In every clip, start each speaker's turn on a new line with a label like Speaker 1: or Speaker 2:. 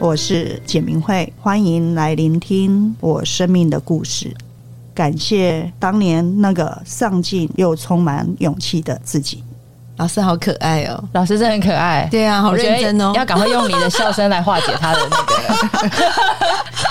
Speaker 1: 我是简明慧，欢迎来聆听我生命的故事。感谢当年那个上进又充满勇气的自己。
Speaker 2: 老师好可爱哦！
Speaker 3: 老师真的很可爱，
Speaker 2: 对啊，好
Speaker 3: 我觉得
Speaker 2: 认真哦。
Speaker 3: 要赶快用你的笑声来化解他的那 个。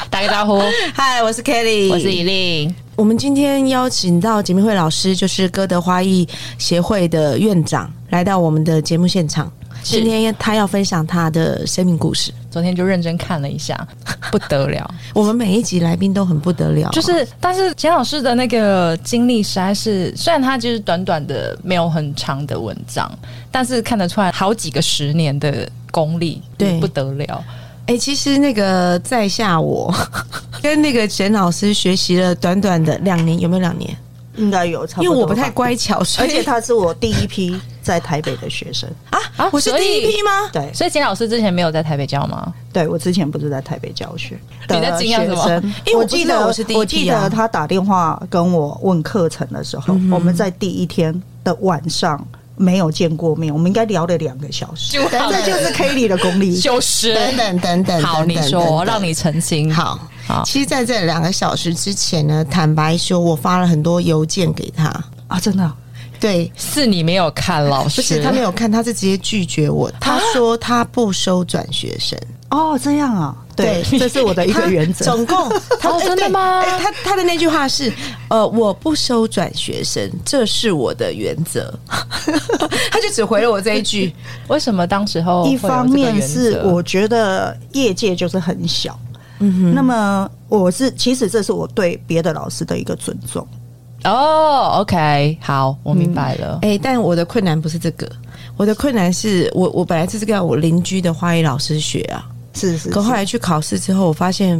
Speaker 3: 打个招呼，
Speaker 2: 嗨，我是 Kelly，
Speaker 3: 我是以令。
Speaker 2: 我们今天邀请到姐妹会老师，就是歌德花艺协会的院长，来到我们的节目现场。
Speaker 3: 是
Speaker 2: 今天他要分享他的生命故事。
Speaker 3: 昨天就认真看了 一下，不得了。
Speaker 2: 我们每一集来宾都很不得了，
Speaker 3: 就是，但是简老师的那个经历实在是，虽然他就是短短的没有很长的文章，但是看得出来好几个十年的功力，
Speaker 2: 对
Speaker 3: 不得了。
Speaker 2: 哎、其实那个在下我 跟那个简老师学习了短短的两年，有没有两年？
Speaker 1: 应该有差不
Speaker 2: 因
Speaker 1: 多，
Speaker 2: 为我不太，乖巧，所
Speaker 1: 而
Speaker 2: 以
Speaker 1: 且他是我第一批在台北的学生。
Speaker 2: 啊
Speaker 3: 啊
Speaker 2: 我是
Speaker 3: 所
Speaker 2: 第
Speaker 3: 以
Speaker 2: 一批吗？
Speaker 1: 对，
Speaker 3: 所以简老师之前没有在台北教吗？
Speaker 1: 对我之前不是在台北教学
Speaker 3: 你在
Speaker 1: 的
Speaker 3: 惊讶什
Speaker 1: 学
Speaker 3: 么
Speaker 1: 生，
Speaker 2: 因为我不
Speaker 1: 记
Speaker 2: 知道
Speaker 1: 得
Speaker 2: 我是第一批啊
Speaker 1: 我记得他打电话跟我问课程的时候，我们在第一天的晚上没有见过面，我们应该聊了两个小时。
Speaker 3: 就好
Speaker 1: 这就是 Kelly 的功力。
Speaker 3: 就是
Speaker 4: 等等等等，
Speaker 3: 好，
Speaker 4: 等
Speaker 3: 你
Speaker 4: 等
Speaker 3: 说，
Speaker 4: 等等
Speaker 3: 让你澄清。
Speaker 4: 好。
Speaker 3: 好
Speaker 4: 其实，在这两个小时之前呢，坦白说，我发了很多邮件给他，
Speaker 1: 啊，真的啊、
Speaker 4: 对，
Speaker 3: 是你没有看老师，
Speaker 4: 不是他没有看，他是直接拒绝我。他说他不收转学生，
Speaker 1: 哦，这样啊，对，
Speaker 4: 对
Speaker 1: 这是我的一个原
Speaker 4: 他
Speaker 1: 则。
Speaker 4: 总共他、
Speaker 3: 哦
Speaker 4: 哎
Speaker 3: 真的
Speaker 4: 对
Speaker 3: 吗
Speaker 4: 哎他他的那句话是：呃，我不收转学生，这是我的原则。 他就只回了我这一句。
Speaker 3: 为什么当时候会
Speaker 1: 一
Speaker 3: 有这个
Speaker 1: 方面是
Speaker 3: 原则
Speaker 1: 我觉得业界就是很小，嗯那么我是其实这是我对别的老师的一个尊重。
Speaker 3: 哦，OK，好，我明白了。
Speaker 4: 哎、但我的困难不是这个，我的困难是我我本来是这个我邻居的花艺老师学啊，
Speaker 1: 是是
Speaker 4: 可后来去考试之后，我发现，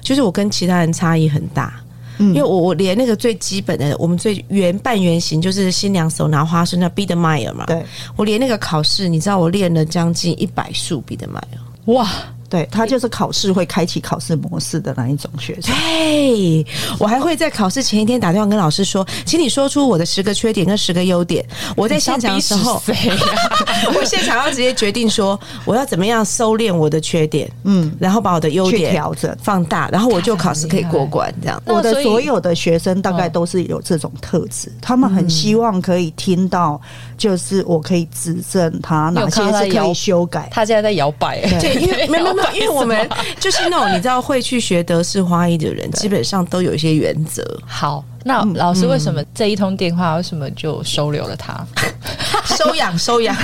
Speaker 4: 就是我跟其他人差异很大。
Speaker 1: 嗯
Speaker 4: 因为我我连那个最基本的，我们最原半圆形就是新娘手拿花生那 b i d m e y e r 嘛，
Speaker 1: 对
Speaker 4: 我连那个考试，你知道我练了将近一百束 b i d m e y e r
Speaker 3: 哇，
Speaker 1: 对，他就是考试会开启考试模式的那一种学生。
Speaker 4: 对，我还会在考试前一天打电话跟老师说，请你说出我的十个缺点跟十个优点。我在现场的时候，
Speaker 3: 你想逼死谁啊呀
Speaker 4: 我现场要直接决定说我要怎么样收敛我的缺点，
Speaker 1: 嗯，
Speaker 4: 然后把我的优
Speaker 1: 去
Speaker 4: 点
Speaker 1: 调整
Speaker 4: 放大，然后我就考试可以
Speaker 3: 他很厉害
Speaker 4: 过关这样。
Speaker 3: 那
Speaker 1: 我
Speaker 3: 所
Speaker 1: 的
Speaker 3: 以
Speaker 1: 所嗯有的学生大概都是有这种特质，他们很希望可以听到，就是我可以指正他
Speaker 3: 你有
Speaker 1: 哪些
Speaker 3: 看到他
Speaker 1: 是可
Speaker 3: 摇
Speaker 1: 以修改。
Speaker 3: 他现在在摇摆，
Speaker 4: 对，因为没有没有，因为我们 就是那种你知道会去学德式花艺的人，基本上都有一些原则。
Speaker 3: 好，那
Speaker 4: 嗯
Speaker 3: 老师为什么这一通电话为什么就收留了他？
Speaker 4: 收养收养，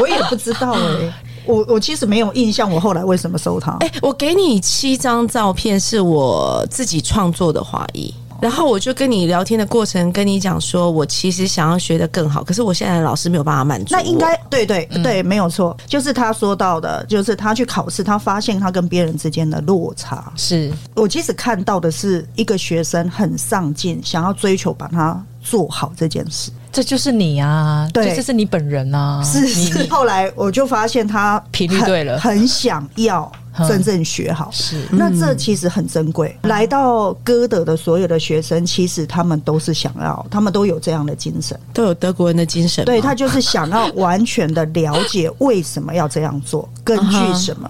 Speaker 1: 我也不知道哎、我我其实没有印象，我后来为什么收他？
Speaker 4: 哎、我给你七张照片，是我自己创作的花艺。然后我就跟你聊天的过程，跟你讲说，我其实想要学得更好，可是我现在的老师没有办法满足我。
Speaker 1: 那应该对对对，没有错，就是他说到的，就是他去考试，他发现他跟别人之间的落差。
Speaker 3: 是
Speaker 1: 我其实看到的是一个学生很上进，想要追求把它做好这件事。
Speaker 3: 这就是你啊，
Speaker 1: 对
Speaker 3: 这就是你本人啊，
Speaker 1: 是
Speaker 3: 你
Speaker 1: 是，后来我就发现他
Speaker 3: 频率
Speaker 1: 很
Speaker 3: 对了
Speaker 1: 很想要
Speaker 3: 嗯
Speaker 1: 真正学好。
Speaker 3: 是
Speaker 1: 那这其实很珍贵。来到歌德的所有的学生，其实他们都是想要，他们都有这样的精神。
Speaker 4: 都有德国人的精神嘛。
Speaker 1: 对他就是想要完全的了解为什么要这样做，根
Speaker 3: 啊
Speaker 1: 据什么。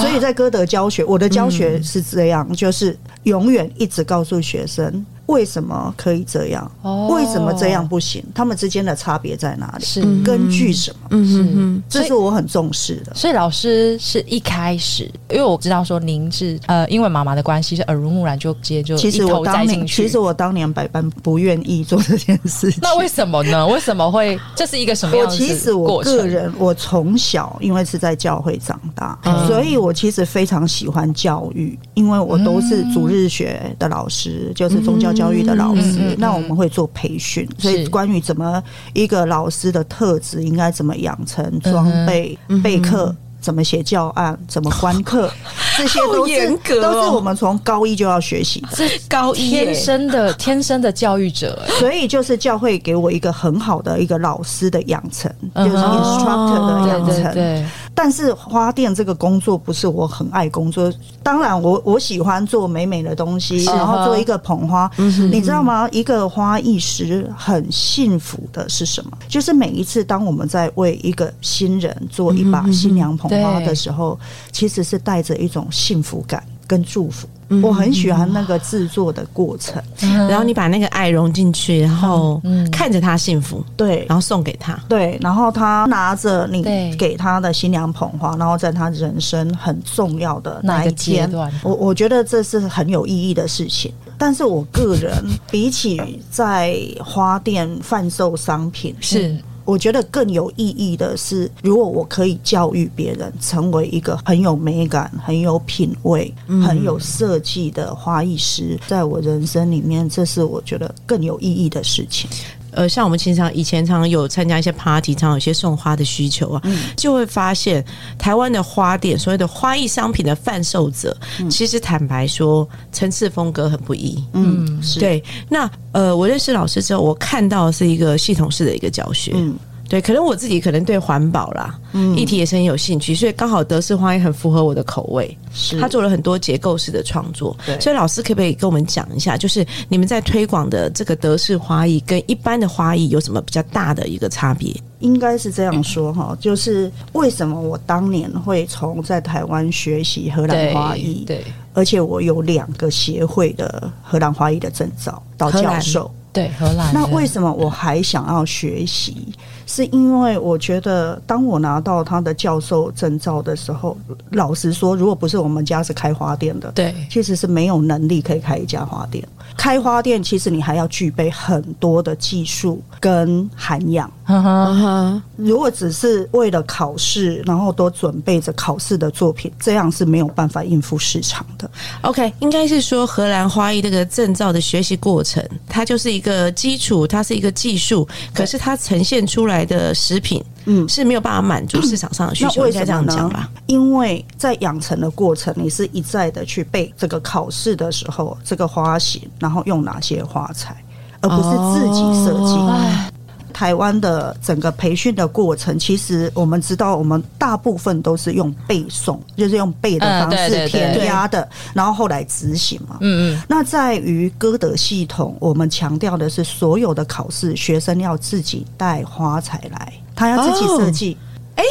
Speaker 1: 所以在歌德教学，我的教学是这
Speaker 3: 嗯
Speaker 1: 样，就是永远一直告诉学生为什么可以这样，
Speaker 3: 哦
Speaker 1: 为什么这样不行，他们之间的差别在哪里，
Speaker 3: 是
Speaker 4: 嗯
Speaker 1: 根据什么，
Speaker 3: 是。
Speaker 1: 这是我很重视的。
Speaker 3: 所以老师是一开始，因为我知道说您是呃，因为妈妈的关系是耳濡目染，就直接就
Speaker 1: 其
Speaker 3: 一
Speaker 1: 实我
Speaker 3: 头
Speaker 1: 当
Speaker 3: 栽进
Speaker 1: 年，
Speaker 3: 去。
Speaker 1: 其实我当年百般不愿意做这件事情。
Speaker 3: 那为什么呢？为什么会这是一个什么
Speaker 1: 我
Speaker 3: 样的
Speaker 1: 其实我
Speaker 3: 过程
Speaker 1: 个人，我从小因为是在教会长大，
Speaker 3: 嗯
Speaker 1: 所以我其实非常喜欢教育，因为我都是
Speaker 3: 嗯
Speaker 1: 主日学的老师，就是宗教教育的老师。
Speaker 3: 嗯嗯嗯
Speaker 1: 那我们会做培训，所以
Speaker 3: 是
Speaker 1: 关
Speaker 3: 嗯
Speaker 1: 于怎么一个老师的特质应该怎么养成，装备、备课。怎么写教案、怎么观课，这些都
Speaker 4: 好严
Speaker 1: 是
Speaker 4: 格哦
Speaker 1: 都是我们从高一就要学习的。
Speaker 4: 这高一耶
Speaker 3: 天生 的天生的教育者、哎
Speaker 1: 所以就是教会给我一个很好的一个老师的养成，就
Speaker 3: 嗯
Speaker 1: 是
Speaker 3: 哼
Speaker 1: instructor 的
Speaker 3: 对
Speaker 1: 养
Speaker 3: 哎对
Speaker 1: 成。
Speaker 3: 对，
Speaker 1: 但是花店这个工作不是我很爱工作，当然我我喜欢做美美的东西，
Speaker 3: 是
Speaker 1: 然后做一个捧花，
Speaker 4: 哼
Speaker 1: 你知道吗？一个花艺师很幸福的是什么？就是每一次当我们在为一个新人做一把新娘捧花的时候，其实是带着一种幸福感跟祝福。我很喜欢那个制作的过程，
Speaker 4: 然
Speaker 3: 嗯
Speaker 4: 后你把那个爱融进去，然后看着他幸福，
Speaker 1: 对
Speaker 4: 然后送给他。
Speaker 1: 对，然后他拿着你
Speaker 3: 对
Speaker 1: 给他的新娘捧花，然后在他人生很重要的
Speaker 3: 哪
Speaker 1: 那
Speaker 3: 一个
Speaker 1: 一
Speaker 3: 阶
Speaker 1: 天，
Speaker 3: 段？
Speaker 1: 我我觉得这是很有意义的事情。但是我个人比起在花店贩售商品，
Speaker 3: 是
Speaker 1: 我觉得更有意义的是，如果我可以教育别人成为一个很有美感、很有品味、很有设计的花艺师，在我人生里面，这是我觉得更有意义的事情。
Speaker 4: 呃，像我们经常以前常有参加一些 party，常有一些送花的需求啊，
Speaker 1: 嗯
Speaker 4: 就会发现台湾的花店所谓的花艺商品的贩售者，其实坦白说层次风格很不一。
Speaker 1: 嗯，是，
Speaker 4: 对，那呃，我认识老师之后，我看到的是一个系统式的一个教学。
Speaker 1: 嗯
Speaker 4: 对，可能我自己可能对环保啦，议题也是很有兴趣，所以刚好德式花也很符合我的口味。
Speaker 1: 是
Speaker 4: 他做了很多结构式的创作，
Speaker 1: 对
Speaker 4: 所以老师可不可以跟我们讲一下，就是你们在推广的这个德式花艺跟一般的花艺有什么比较大的一个差别？
Speaker 1: 应该是这样说哈，就是为什么我当年会从在台湾学习荷兰花艺，
Speaker 3: 对
Speaker 1: 而且我有两个协会的荷兰花艺的证照到教授。
Speaker 3: 对，荷兰
Speaker 1: 那
Speaker 3: 的
Speaker 1: 为什么我还想要学习？是因为我觉得，当我拿到他的教授证照的时候，老实说，如果不是我们家是开花店的，
Speaker 3: 对
Speaker 1: 其实是没有能力可以开一家花店。开花店，其实你还要具备很多的技术跟涵养。
Speaker 3: 呵呵
Speaker 1: 啊如果只是为了考试，然后多准备着考试的作品，这样是没有办法应付市场的。
Speaker 4: OK，应该是说荷兰花艺这个证照的学习过程，它就是一个基础，它是一个技术，可是它呈现出来的食品，嗯，是没有办法满足市场上的需
Speaker 1: 那
Speaker 4: 求，
Speaker 1: 为
Speaker 4: 应该
Speaker 1: 什
Speaker 4: 这
Speaker 1: 么
Speaker 4: 样讲
Speaker 1: 呢
Speaker 4: 吧？？
Speaker 1: 因为在养成的过程，你是一再的去背这个考试的时候这个花型，然后用哪些花材，而不是自己设计。
Speaker 4: 哦
Speaker 1: 台湾的整个培训的过程，其实我们知道，我们大部分都是用背诵，就是用背的
Speaker 3: 嗯
Speaker 1: 方
Speaker 3: 对对对
Speaker 1: 式填鸭的，然后后来执行嘛。
Speaker 3: 嗯嗯，
Speaker 1: 那在于歌德系统，我们强调的是所有的考试，学生要自己带花材来，他要自己设计。
Speaker 3: 哦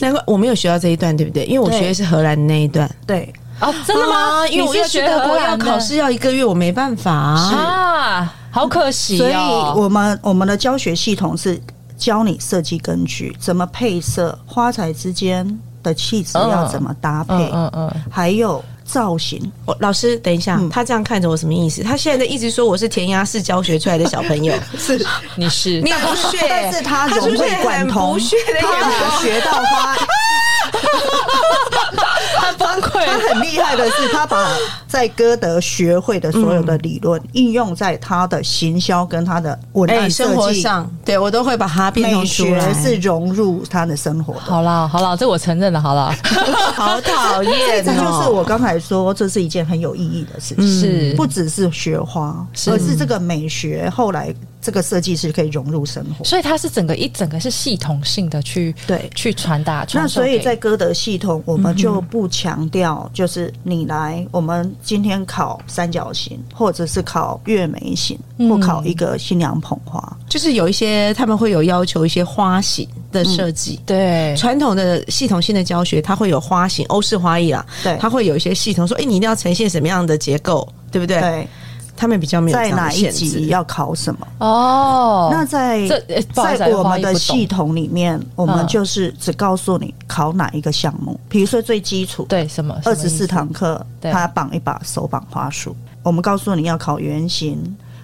Speaker 4: 难怪我没有学到这一段，对不对？因为我
Speaker 1: 对
Speaker 4: 学的是荷兰的那一段。
Speaker 1: 对，
Speaker 3: 哦，真的吗？
Speaker 4: 啊因为
Speaker 3: 你
Speaker 4: 我
Speaker 3: 是
Speaker 4: 要去
Speaker 3: 学
Speaker 4: 德
Speaker 3: 荷
Speaker 4: 国要
Speaker 3: 兰的
Speaker 4: 考试要一个月，我没办法、啊。
Speaker 3: 啊，好可惜
Speaker 1: 所以
Speaker 3: 哦。
Speaker 1: 我们我们的教学系统是教你设计根据怎么配色，花材之间的气质要怎么搭配，
Speaker 3: 嗯嗯嗯，
Speaker 1: 还有造型。
Speaker 4: 我老师，等一下，他这样看着我什么意思？他现在一直说我是填鸭式教学出来的小朋友，
Speaker 1: 是，
Speaker 3: 你 是
Speaker 4: 你很不屑，
Speaker 1: 但是他
Speaker 4: 是
Speaker 1: 融
Speaker 4: 不是
Speaker 1: 会贯
Speaker 4: 很
Speaker 1: 通
Speaker 4: 不屑，的
Speaker 1: 他
Speaker 4: 眼
Speaker 1: 有学到花。
Speaker 3: 他崩 溃
Speaker 1: 他很厉害的是，他把在歌德学会的所有的理论应用在他的行销跟他的文
Speaker 4: 哎、
Speaker 1: 案设
Speaker 4: 生活
Speaker 1: 计、
Speaker 4: 上，对我都会把它变
Speaker 1: 美
Speaker 4: 成出
Speaker 1: 学
Speaker 4: 来，哦
Speaker 1: 是融入他的生活的。
Speaker 3: 好啦好啦，这我承认了，好啦，
Speaker 4: 好讨厌、哦。
Speaker 1: 这就是我刚才说，这是一件很有意义的事情，
Speaker 3: 是
Speaker 4: 嗯
Speaker 1: 不只是学花，而是这个美学后来这个设计师可以融入生活。
Speaker 3: 所以它是整个一整个是系统性的去
Speaker 1: 对
Speaker 3: 去传达。
Speaker 1: 那
Speaker 3: 传授
Speaker 1: 所以
Speaker 3: 给
Speaker 1: 在歌德系统，我们就不强调，就是你来，我们今天考三角形，或者是考月眉形，
Speaker 4: 嗯
Speaker 1: 或考一个新娘捧花。
Speaker 4: 就是有一些他们会有要求一些花型的设计。
Speaker 3: 对
Speaker 4: 传统的系统性的教学，它会有花型，欧式花艺啦，
Speaker 1: 对
Speaker 4: 它会有一些系统说，哎、你一定要呈现什么样的结构，对不对？
Speaker 1: 对，
Speaker 4: 他们比较没有这
Speaker 1: 在
Speaker 4: 样的
Speaker 1: 哪一
Speaker 4: 限
Speaker 1: 集
Speaker 4: 制。
Speaker 1: 要考什么？
Speaker 3: 哦，
Speaker 1: 那在
Speaker 3: 这呃不好意思
Speaker 1: 在我
Speaker 3: 花
Speaker 1: 们
Speaker 3: 艺不
Speaker 1: 的
Speaker 3: 懂
Speaker 1: 系统里面，我
Speaker 3: 嗯
Speaker 1: 们就是只告诉你考哪一个项目，比如说最基础
Speaker 3: 对什么
Speaker 1: 二十四，
Speaker 3: 什么意
Speaker 1: 堂课，
Speaker 3: 对
Speaker 1: 他绑一把手绑花束。我们告诉你要考圆形，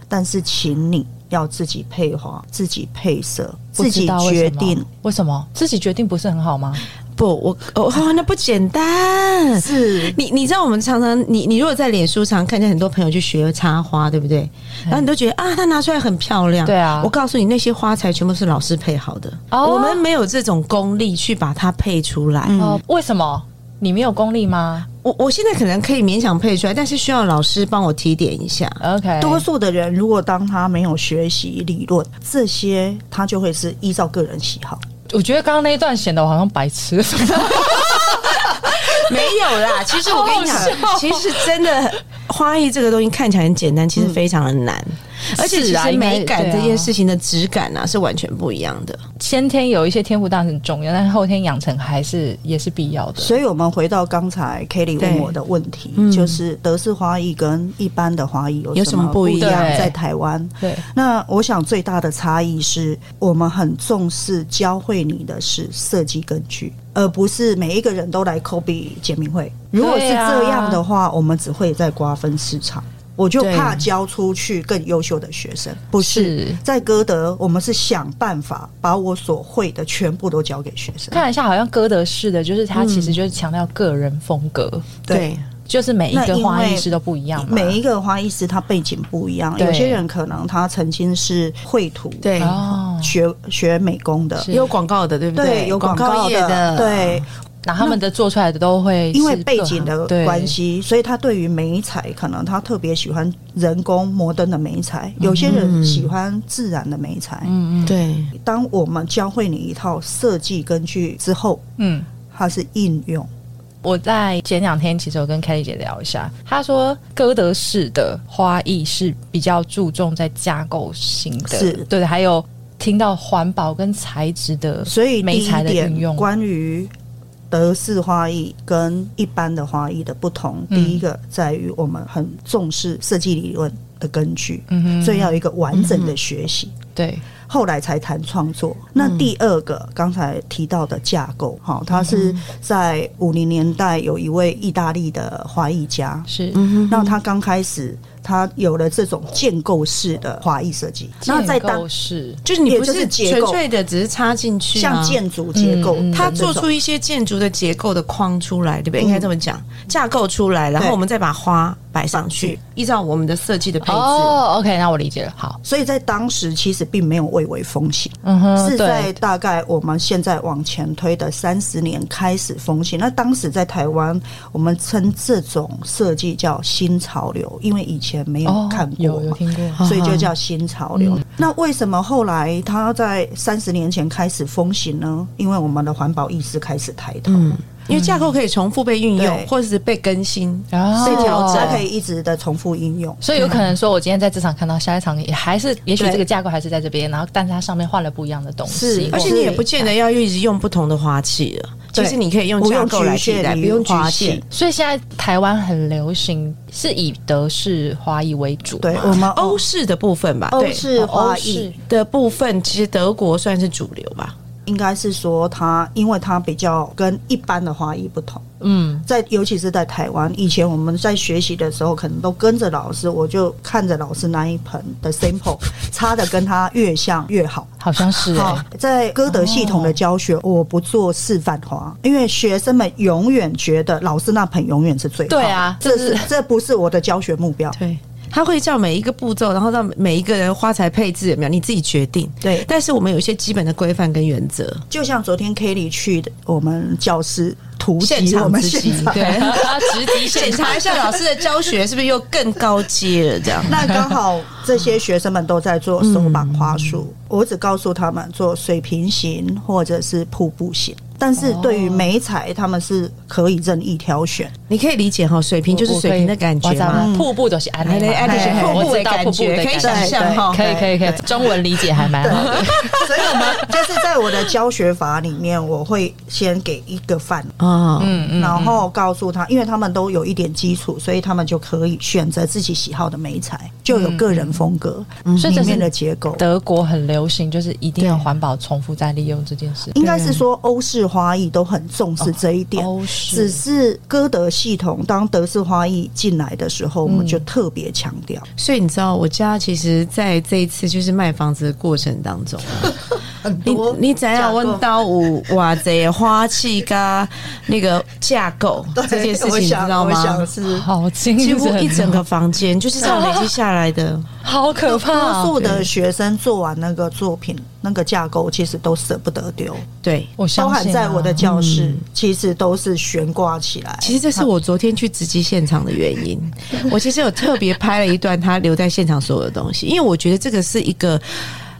Speaker 1: 但是请你要自己配花、自己配色、
Speaker 3: 思
Speaker 1: 自
Speaker 3: 不
Speaker 1: 己
Speaker 3: 知道为
Speaker 1: 决
Speaker 3: 什么
Speaker 1: 定。
Speaker 3: 为什么自己决定不是很好吗？
Speaker 4: 不，我哦，那不简单。
Speaker 1: 是
Speaker 4: 你你知道我们常常你你如果在脸书上看见很多朋友去学插花，对不对？然后你都觉得啊，它拿出来很漂
Speaker 1: 嗯
Speaker 4: 亮。
Speaker 3: 对啊
Speaker 4: 我告诉你，那些花材全部是老师配好的，
Speaker 3: 哦
Speaker 4: 我们没有这种功力去把它配出来。
Speaker 1: 嗯
Speaker 3: 哦，为什么？你没有功力吗
Speaker 4: 我我现在可能可以勉强配出来，但是需要老师帮我提点一下。
Speaker 3: ？OK，
Speaker 1: 多数的人，如果当他没有学习理论，这些他就会是依照个人喜好。
Speaker 3: 我觉得刚刚那一段显得我好像白痴。
Speaker 4: 没有啦，其实我跟你讲
Speaker 3: 好好笑，
Speaker 4: 其实真的花艺这个东西看起来很简单，其实非常的难。嗯而且其
Speaker 3: 是啊
Speaker 4: 实
Speaker 3: 应该
Speaker 4: 美感
Speaker 3: 对啊
Speaker 4: 这件事情的质感啊是完全不一样的。
Speaker 3: 先天有一些天赋当然很重要，但是后天养成还是也是必要的。
Speaker 1: 所以我们回到刚才 Kelly
Speaker 4: 对嗯
Speaker 1: 问我的问题，就是德式花艺跟一般的花艺
Speaker 4: 有
Speaker 1: 有
Speaker 4: 什
Speaker 1: 什
Speaker 4: 么
Speaker 1: 么
Speaker 4: 不
Speaker 1: 不
Speaker 4: 一
Speaker 1: 一
Speaker 3: 样
Speaker 1: 样？在台湾，
Speaker 3: 对，
Speaker 1: 那我想最大的差异是我们很重视教会你的是设计根据，而不是每一个人都来 copy 简明会。如果是这样的话，我们只会在瓜分市场。我就
Speaker 4: 对
Speaker 1: 怕教出去更优秀的学生，不是
Speaker 3: 是
Speaker 1: 在歌德，我们是想办法把我所会的全部都教给学生。
Speaker 3: 看一下，好像歌德式的，就是他其
Speaker 1: 嗯
Speaker 3: 实就是强调个人风格，
Speaker 1: 对，
Speaker 3: 就是每一
Speaker 1: 那
Speaker 3: 个
Speaker 1: 因
Speaker 3: 花艺
Speaker 1: 为
Speaker 3: 师都不一样嘛。
Speaker 1: 每一个花艺师他背景不一样，
Speaker 3: 对
Speaker 1: 有些人可能他曾经是绘图，
Speaker 4: 对，
Speaker 3: 哦，
Speaker 1: 学学美工的，
Speaker 3: 是
Speaker 4: 有广告的，对不
Speaker 1: 对，有广
Speaker 4: 告
Speaker 1: 告
Speaker 4: 业
Speaker 1: 的，，对，
Speaker 3: 那他们的做出来的都会
Speaker 1: 因为
Speaker 3: 是
Speaker 1: 背
Speaker 3: 各
Speaker 1: 景
Speaker 3: 行
Speaker 1: 的
Speaker 3: 对
Speaker 1: 关系，所以他对于美彩可能他特别喜欢人工摩登的美彩，有些人喜欢自然的美彩。
Speaker 3: 嗯嗯嗯
Speaker 4: 对，
Speaker 1: 当我们教会你一套设计根据之后，
Speaker 3: 嗯。
Speaker 1: 它是应用。
Speaker 3: 我在前两天其实有跟凯莉姐聊一下，她说哥德式的花艺是比较注重在架构型的，
Speaker 1: 是
Speaker 3: 对的，还有听到环保跟材质的，
Speaker 1: 所以
Speaker 3: 美
Speaker 1: 第一
Speaker 3: 材的运
Speaker 1: 点
Speaker 3: 用
Speaker 1: 关于德式花艺跟一般的花艺的不同，
Speaker 3: 嗯
Speaker 1: 第一个在于我们很重视设计理论的根据，
Speaker 3: 嗯哼，
Speaker 1: 所以要有一个完整的学习。
Speaker 3: 对
Speaker 1: 后来才谈创作。那
Speaker 3: 嗯
Speaker 1: 第二个刚才提到的架构，哈、它是
Speaker 3: 嗯
Speaker 1: 在五零年代有一位意大利的花艺家，
Speaker 3: 是，
Speaker 1: 那他刚开始他有了这种建构式的花艺设计，那在
Speaker 3: 建
Speaker 1: 当
Speaker 3: 构式
Speaker 4: 就是你
Speaker 1: 也
Speaker 4: 不
Speaker 1: 就是
Speaker 4: 是
Speaker 1: 结
Speaker 4: 纯
Speaker 1: 构
Speaker 4: 粹的只是插进去、啊，
Speaker 1: 像建筑结构
Speaker 3: 嗯嗯
Speaker 1: 的这种，嗯
Speaker 4: 它做出一些建筑的结构的框出来，对不对？应该这么讲，架构出来，然后
Speaker 1: 对
Speaker 4: 我们再把花摆上去
Speaker 1: 去，
Speaker 4: 依照我们的设计的配置。
Speaker 3: 哦，OK，那我理解了，好，
Speaker 1: 所以在当时其实并没有蔚为风行，
Speaker 3: 嗯哼，
Speaker 1: 是
Speaker 3: 对
Speaker 1: 在大概我们现在往前推的三十年开始风行。那当时在台湾，我们称这种设计叫新潮流，因为以前没有
Speaker 3: 哦，
Speaker 1: 看过
Speaker 3: 有有
Speaker 1: 嘛。
Speaker 3: 听过，
Speaker 1: 所以就叫新潮流。
Speaker 4: 嗯
Speaker 1: 那为什么后来它在三十年前开始风行呢？因为我们的环保意识开始抬头，
Speaker 4: 因为架构可以重复被运用，
Speaker 1: 对
Speaker 4: 或者是被更新。
Speaker 3: 啊
Speaker 1: 所以
Speaker 4: 调整
Speaker 1: 它可以一直的重复应
Speaker 4: 哦
Speaker 1: 用。
Speaker 4: 嗯
Speaker 3: 所以有可能说，我今天在这场看到，下一场也还是，也许
Speaker 1: 对
Speaker 3: 这个架构还是在这边，然后但是它上面换了不一样的东西
Speaker 1: 是，
Speaker 4: 而且
Speaker 3: 我
Speaker 4: 你也不见得要一直用不同的花器了，其
Speaker 1: 对
Speaker 4: 实你可以用架构来替代，不
Speaker 1: 不用
Speaker 4: 用
Speaker 1: 局限于
Speaker 4: 局
Speaker 1: 花
Speaker 4: 限
Speaker 1: 器。
Speaker 3: 所以现在台湾很流行是以德式花艺为主嘛，
Speaker 1: 对我们
Speaker 4: 欧
Speaker 1: 欧
Speaker 4: 式的部分吧，
Speaker 1: 欧
Speaker 4: 哦对
Speaker 1: 式花
Speaker 3: 哦欧
Speaker 1: 艺
Speaker 3: 式
Speaker 4: 的部分，其实德国算是主流吧。
Speaker 1: 应该是说它，因为它比较跟一般的花艺不同。
Speaker 3: 嗯，
Speaker 1: 在尤其是在台湾，以前我们在学习的时候，可能都跟着老师，我就看着老师那一盆的 sample，擦的跟他越像越好。
Speaker 3: 好像是、
Speaker 1: 好
Speaker 3: 欸，，
Speaker 1: 在歌德系统的教学，我不做示范花，因为学生们永远觉得老师那盆永远是最好的。
Speaker 3: 对啊
Speaker 1: 这
Speaker 3: 这
Speaker 1: 是这不是我的教学目标。
Speaker 4: 对，他会叫每一个步骤，然后让每一个人花材配置有没有你自己决定。
Speaker 1: 对
Speaker 4: 但是我们有一些基本的规范跟原则，
Speaker 1: 就像昨天 Kelly 去的我们教室突
Speaker 4: 现
Speaker 1: 击
Speaker 4: 场
Speaker 1: 我们
Speaker 4: 直击
Speaker 1: 现场，
Speaker 4: 对
Speaker 3: 欸 直击
Speaker 4: 检查一下老师的教学是不是又更高阶了？这 样
Speaker 1: 那刚好这些学生们都在做手绑花
Speaker 3: 嗯
Speaker 1: 束，我只告诉他们做水平型或者是瀑布型。但是对于美彩，他们是可以任意挑选。
Speaker 3: 哦
Speaker 4: 你可以理解哈，水平就是水平的感觉
Speaker 3: 我知道
Speaker 4: 嘛。
Speaker 3: 瀑布都是安
Speaker 4: 哎
Speaker 3: 利嘛，
Speaker 4: 哎
Speaker 3: 嘿
Speaker 4: 哎
Speaker 3: 我
Speaker 4: 瀑布的
Speaker 3: 知道
Speaker 4: 感
Speaker 3: 瀑布
Speaker 4: 觉
Speaker 3: 的
Speaker 4: 可以
Speaker 3: 感
Speaker 4: 想
Speaker 3: 觉，
Speaker 4: 象哈。
Speaker 3: 可以可以可以，中文理解还蛮好的，
Speaker 1: 所以我们就是在我的教学法里面，我会先给一个范
Speaker 4: 啊，
Speaker 3: 嗯嗯，
Speaker 1: 然后告诉他，因为他们都有一点基础，所以他们就可以选择自己喜好的美材，就有个人风格
Speaker 3: 嗯
Speaker 1: 嗯
Speaker 3: 所以这
Speaker 1: 里面的
Speaker 3: 是
Speaker 1: 结构。
Speaker 3: 德国很流行，就是一定要环保、重复再利用这件事。
Speaker 1: 应该是说欧式花艺都很重视这一点，
Speaker 3: 哦欧式
Speaker 1: 只是歌德系统当德式花艺进来的时候，我们就特别强调。
Speaker 4: 所以你知道，我家其实在这一次就是卖房子的过程当中啊，
Speaker 1: 很
Speaker 3: 嗯
Speaker 4: 你
Speaker 1: 多
Speaker 4: 你怎样问到五哇贼啊花器嘎那个架构
Speaker 1: 对
Speaker 4: 这件事情，
Speaker 1: 我
Speaker 4: 你知
Speaker 1: 想
Speaker 4: 道
Speaker 1: 我想
Speaker 4: 吗？
Speaker 1: 是
Speaker 3: 好惊
Speaker 4: 几
Speaker 3: 人
Speaker 4: 乎
Speaker 3: 哦，
Speaker 4: 一整个房间就是这样累积下来的。
Speaker 3: 好可怕
Speaker 1: 多
Speaker 3: 哦。
Speaker 1: 数的学生做完那个作品，那个架构其实都舍不得丢，
Speaker 4: 对，
Speaker 3: 我
Speaker 1: 包
Speaker 3: 相
Speaker 1: 含
Speaker 3: 信
Speaker 1: 在
Speaker 3: 啊
Speaker 1: 我的教室，其实都是悬挂起来。
Speaker 4: 嗯其实这是我昨天去直击现场的原 因。我其实有特别拍了一段他留在现场所有的东西，因为我觉得这个是一个。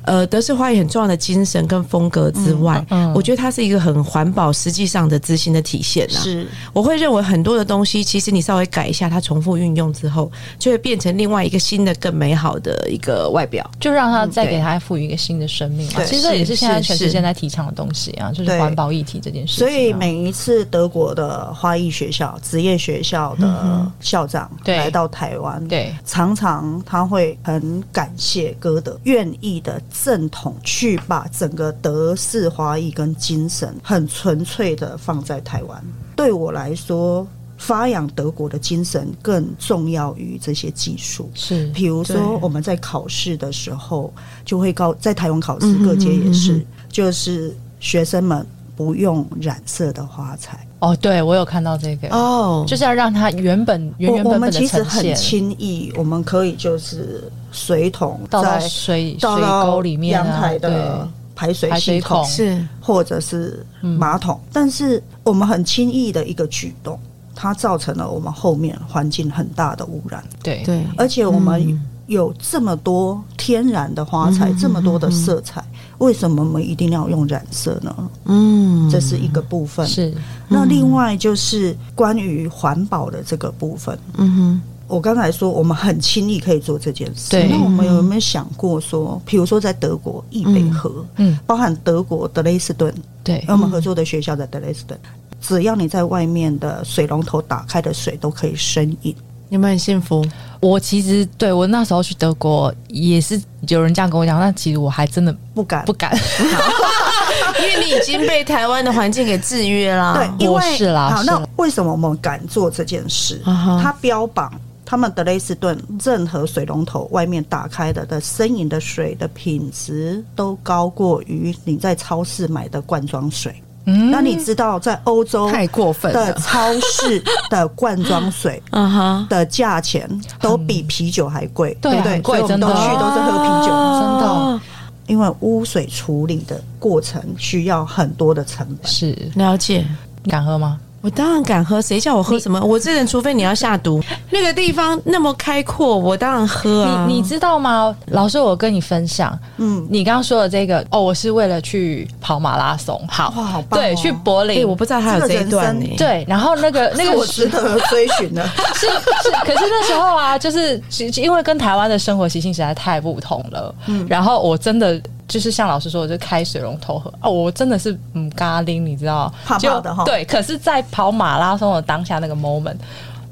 Speaker 4: 呃，德式花艺很重要的精神跟风格之外，我觉得它是一个很环保，实际上的执行的体现呐、
Speaker 1: 是
Speaker 4: 我会认为很多的东西，其实你稍微改一下，它重复运用之后，就会变成另外一个新的、更美好的一个外表。
Speaker 3: 就让它再给它赋予一个新的生命嘛。
Speaker 1: 对
Speaker 3: 其实这也是现在全
Speaker 4: 是
Speaker 3: 世界在提倡的东西啊，就是
Speaker 1: 对
Speaker 3: 环保议题这件事情啊、
Speaker 1: 所以每一次德国的花艺学校、职业学校
Speaker 4: 嗯
Speaker 1: 的校长
Speaker 3: 对
Speaker 1: 来到台湾，
Speaker 3: 对
Speaker 1: 常常他会很感谢歌德，愿意的正统去把整个德式华裔跟精神很纯粹的放在台湾。对我来说，发扬德国的精神更重要于这些技术。
Speaker 3: 是
Speaker 1: 比如说我们在考试的时候，就会告在台湾考试，各界也
Speaker 3: 嗯
Speaker 1: 是，就是学生们不用染色的花材。
Speaker 3: 哦，对我有看到这个，
Speaker 4: 哦，
Speaker 3: 就是要让它原本原
Speaker 1: 我
Speaker 3: 原
Speaker 1: 我
Speaker 3: 本
Speaker 1: 们
Speaker 3: 本
Speaker 1: 其
Speaker 3: 的
Speaker 1: 实
Speaker 3: 呈
Speaker 1: 很
Speaker 3: 现，
Speaker 1: 轻易，我们可以就是水桶
Speaker 3: 倒到
Speaker 1: 在
Speaker 3: 水水
Speaker 1: 倒
Speaker 3: 沟
Speaker 1: 到
Speaker 3: 里面
Speaker 1: 阳
Speaker 3: 啊，
Speaker 1: 台的排水
Speaker 3: 排水
Speaker 1: 系统
Speaker 3: 孔嗯
Speaker 4: 是
Speaker 1: 或者是马桶，但是我们很轻易的一个举动，它造成了我们后面环境很大的污染，
Speaker 3: 对对
Speaker 4: 对，
Speaker 1: 而且我
Speaker 3: 嗯
Speaker 1: 们有这么多天然的花材，这么多的色彩，
Speaker 3: 嗯
Speaker 1: 为什么我们一定要用染色呢？
Speaker 4: 嗯，
Speaker 1: 这是一个部分。
Speaker 3: 是嗯
Speaker 1: 那另外就是关于环保的这个部分，
Speaker 4: 嗯哼，
Speaker 1: 我刚才说，我们很轻易可以做这件事。
Speaker 3: 对
Speaker 1: 那我们有没有想过说，比如说在德国易北河，
Speaker 3: 嗯嗯
Speaker 1: 包含德国德累斯顿，嗯
Speaker 3: 对
Speaker 1: 我们合作的学校在德累斯
Speaker 3: 嗯
Speaker 1: 顿，只要你在外面的水龙头打开的水都可以生饮。
Speaker 4: 你们很幸 福，
Speaker 3: 我其实对我那时候去德国也是有人这样跟我讲，但其实我还真的
Speaker 1: 不敢
Speaker 3: 不 敢。
Speaker 4: 因为你已经被台湾的环境给制约啦。
Speaker 1: 对，因
Speaker 3: 啊我
Speaker 1: 为
Speaker 3: 是啦
Speaker 1: 好，
Speaker 3: 是啦
Speaker 1: 那为什么我们敢做这件事？
Speaker 4: 啊哈
Speaker 1: 它标榜他们德累斯顿任何水龙头外面打开的的生饮的水的品质都高过于你在超市买的罐装水。
Speaker 3: 嗯
Speaker 1: 那你知道在欧洲
Speaker 4: 太过分
Speaker 1: 的
Speaker 4: 了。
Speaker 1: 超市的罐装水
Speaker 4: 啊哈，
Speaker 1: 的价钱都比啤酒还贵，
Speaker 3: 对啊
Speaker 1: 对不对？
Speaker 3: 很贵
Speaker 1: 所以我们都
Speaker 3: 真的啊
Speaker 1: 去都是喝啤酒，
Speaker 3: 真
Speaker 4: 哦
Speaker 3: 的
Speaker 1: 因为污水处理的过程需要很多的成本。
Speaker 3: 是
Speaker 4: 了解。
Speaker 3: 你敢喝吗？
Speaker 4: 我当然敢喝，谁叫我喝什么？我这人，除非你要下毒。那个地方那么开阔，我当然喝啊。
Speaker 3: 你你知道吗？老师，我跟你分享，
Speaker 1: 嗯，
Speaker 3: 你刚刚说的这个哦，我是为了去跑马拉松，好，
Speaker 1: 哇好棒哦
Speaker 3: 对，去柏
Speaker 4: 哎、
Speaker 3: 林，
Speaker 4: 我不知道还有这一段欸呢、
Speaker 1: 这个人
Speaker 3: 对，然后那个那
Speaker 1: 那
Speaker 3: 个
Speaker 1: 个我值得追 寻的，
Speaker 3: 是是，可是那时候啊，就是其其因为跟台湾的生活习性实在太不同了。嗯，然后我真的就是像老师说，我就开水龙头喝哦，我真的是嗯咖喱，你知道，
Speaker 1: 怕
Speaker 3: 就
Speaker 1: 怕的哈
Speaker 3: 对，可是，在跑马拉松的当下那个 moment，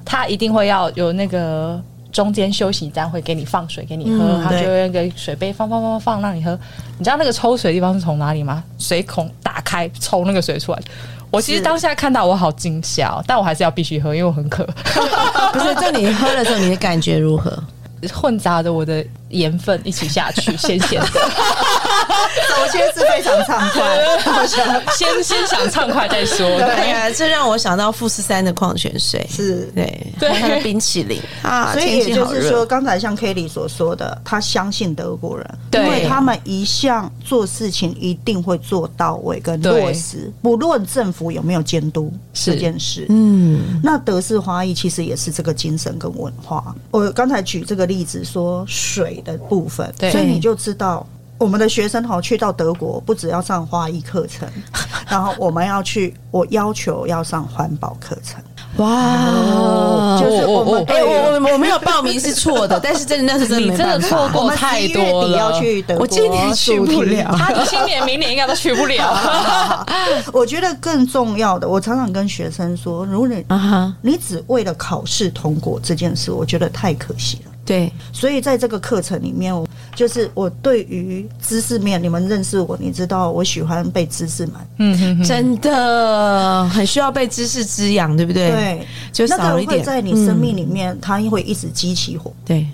Speaker 3: 他一定会要有那个。中间休息站会给你放水给你喝，
Speaker 1: 嗯
Speaker 3: 他就
Speaker 1: 对
Speaker 3: 会那个水杯放放放放放让你喝。你知道那个抽水的地方是从哪里吗？水孔打开抽那个水出来。我其实
Speaker 1: 是
Speaker 3: 当下看到我好惊吓、哦，但我还是要必须喝，因为我很渴。
Speaker 4: 不是，就你喝了之后，你的感觉如何？
Speaker 3: 混杂着我的盐分一起下去，咸咸的，
Speaker 1: 我现在是非常畅快。 好像
Speaker 3: 先先想畅快再说。
Speaker 4: 对呀、这让我想到富士山的矿泉水，
Speaker 1: 是，
Speaker 4: 对，
Speaker 3: 对
Speaker 4: 还有它的冰淇淋啊，
Speaker 1: 所以
Speaker 4: 天
Speaker 1: 也
Speaker 4: 气
Speaker 1: 就
Speaker 4: 好
Speaker 1: 是
Speaker 4: 热
Speaker 1: 说，，刚才像 Kelly 所说的，他相信德国人，
Speaker 3: 对
Speaker 1: 因为他们一向做事情一定会做到位跟
Speaker 3: 对
Speaker 1: 落实，不论政府有没有监督
Speaker 3: 是
Speaker 1: 这件事。
Speaker 4: 嗯，
Speaker 1: 那德式花艺其实也是这个精神跟文化。我刚才举这个例子说水的部分，
Speaker 3: 对
Speaker 1: 所以你就知道。我们的学生哈去到德国，不只要上花艺课 程，然后我们要去，我要求要上环保课程。
Speaker 4: 哇，
Speaker 1: 就是我们
Speaker 3: 哦哦哦哦
Speaker 4: 哎、我我我没有报名是 错的，但是真的那是真的
Speaker 3: 你
Speaker 4: 没
Speaker 3: 真的
Speaker 4: 办
Speaker 3: 错
Speaker 4: 法。
Speaker 1: 我
Speaker 3: 过
Speaker 1: 们
Speaker 3: 太
Speaker 1: 11
Speaker 3: 多
Speaker 1: 月
Speaker 3: 了。
Speaker 1: 底要去德国，
Speaker 4: 我今年去不了。
Speaker 3: 他今年、明年应该都去不了。
Speaker 1: 我觉得更重要的，我常常跟学生说，如果你
Speaker 4: 啊哈，
Speaker 1: 你只为了考试通过这件事，我觉得太可惜了。
Speaker 4: 对，
Speaker 1: 所以在这个课程里面，我就是我对于知识面，你们认识我，你知道我喜欢被知识满，
Speaker 3: 嗯哼哼，
Speaker 4: 真的很需要被知识滋养，对不对？，
Speaker 1: 对，
Speaker 4: 就
Speaker 1: 那
Speaker 4: 少
Speaker 1: 个
Speaker 4: 一
Speaker 1: 会
Speaker 4: 点。嗯
Speaker 1: 在你生命里面，它会一直激起火，
Speaker 4: 对，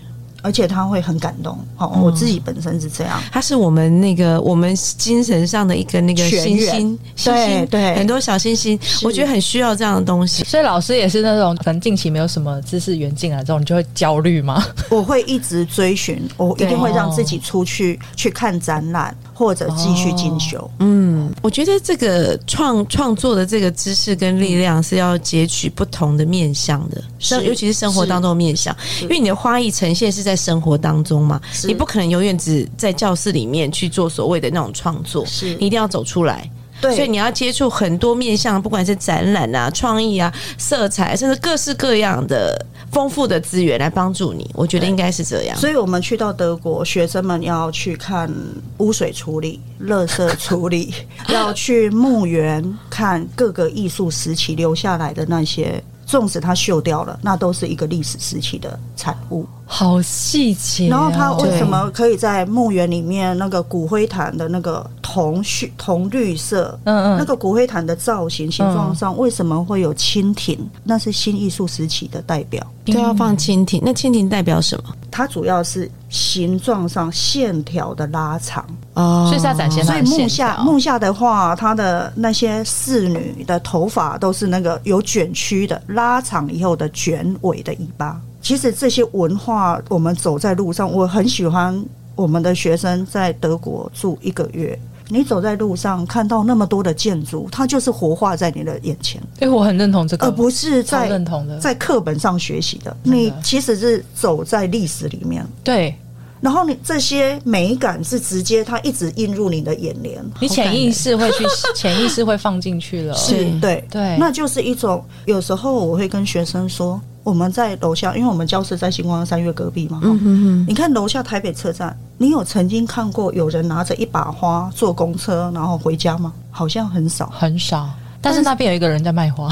Speaker 1: 而且他会很感动。哦，
Speaker 4: 嗯
Speaker 1: 我自己本身是这样。
Speaker 4: 它是我们那个我们精神上的一个那个
Speaker 1: 泉
Speaker 4: 星
Speaker 1: 源
Speaker 4: 星，星
Speaker 1: 对
Speaker 4: 星
Speaker 1: 对
Speaker 4: 很多小星星，我觉得很需要这样的东西。
Speaker 3: 所以老师也是那种，可能近期没有什么知识源进来之后，你就会焦虑吗？
Speaker 1: 我会一直追寻，我一定会让自己出去去看展览，或者继续进修。
Speaker 4: 嗯，我觉得这个创创作的这个知识跟力量是要截取不同的面向的，生尤其是生活当中的面向，因为你的花艺呈现是在生活当中嘛，你不可能永远只在教室里面去做所谓的那种创作，
Speaker 1: 是
Speaker 4: 你一定要走出来。
Speaker 1: 对，
Speaker 4: 所以你要接触很多面向，不管是展览啊、创意啊、色彩，甚至各式各样的丰富的资源来帮助你。我觉得应该是这样。
Speaker 1: 所以我们去到德国，学生们要去看污水处理、垃圾处理，要去墓园看各个艺术时期留下来的那些，纵使它锈掉了，那都是一个历史时期的产物。
Speaker 3: 好细节哦、
Speaker 1: 然后它为
Speaker 4: 对
Speaker 1: 什么可以在墓园里面那个骨灰坛的那个铜絮、铜绿色？
Speaker 3: 嗯
Speaker 1: 那
Speaker 3: 嗯，
Speaker 1: 个骨灰坛的造型形状上为什么会有蜻蜓？那是新艺术时期的代表。
Speaker 4: 都要放蜻蜓，那蜻蜓代表什么？
Speaker 1: 它主要是形状上线条的拉长，
Speaker 4: 哦
Speaker 3: 所以是要展现它
Speaker 1: 所以
Speaker 3: 的线
Speaker 1: 木下
Speaker 3: 条
Speaker 1: 木下的话，她的那些侍女的头发都是那个有卷曲的，拉长以后的卷尾的尾巴。其实这些文化，我们走在路上，我很喜欢我们的学生在德国住一个月。你走在路上看到那么多的建筑，它就是活化在你的眼前，
Speaker 3: 因为我很认同这个，
Speaker 1: 而不是
Speaker 3: 超
Speaker 1: 在
Speaker 3: 认同的，
Speaker 1: 在课本上学习的。
Speaker 3: 真的
Speaker 1: 你其实是走在历史里面，
Speaker 3: 对
Speaker 1: 然后你这些美感是直接它一直映入你的眼帘，
Speaker 3: 你潜意识会 去，潜意识会放进去了。
Speaker 1: 是对
Speaker 3: 对，
Speaker 1: 那就是一种。有时候我会跟学生说，我们在楼下，因为我们教室在星光三月隔壁嘛。嗯你看楼下台北车站，你有曾经看过有人拿着一把花坐公车然后回家吗？好像很少
Speaker 3: 很少。但是那边有一个人在卖花，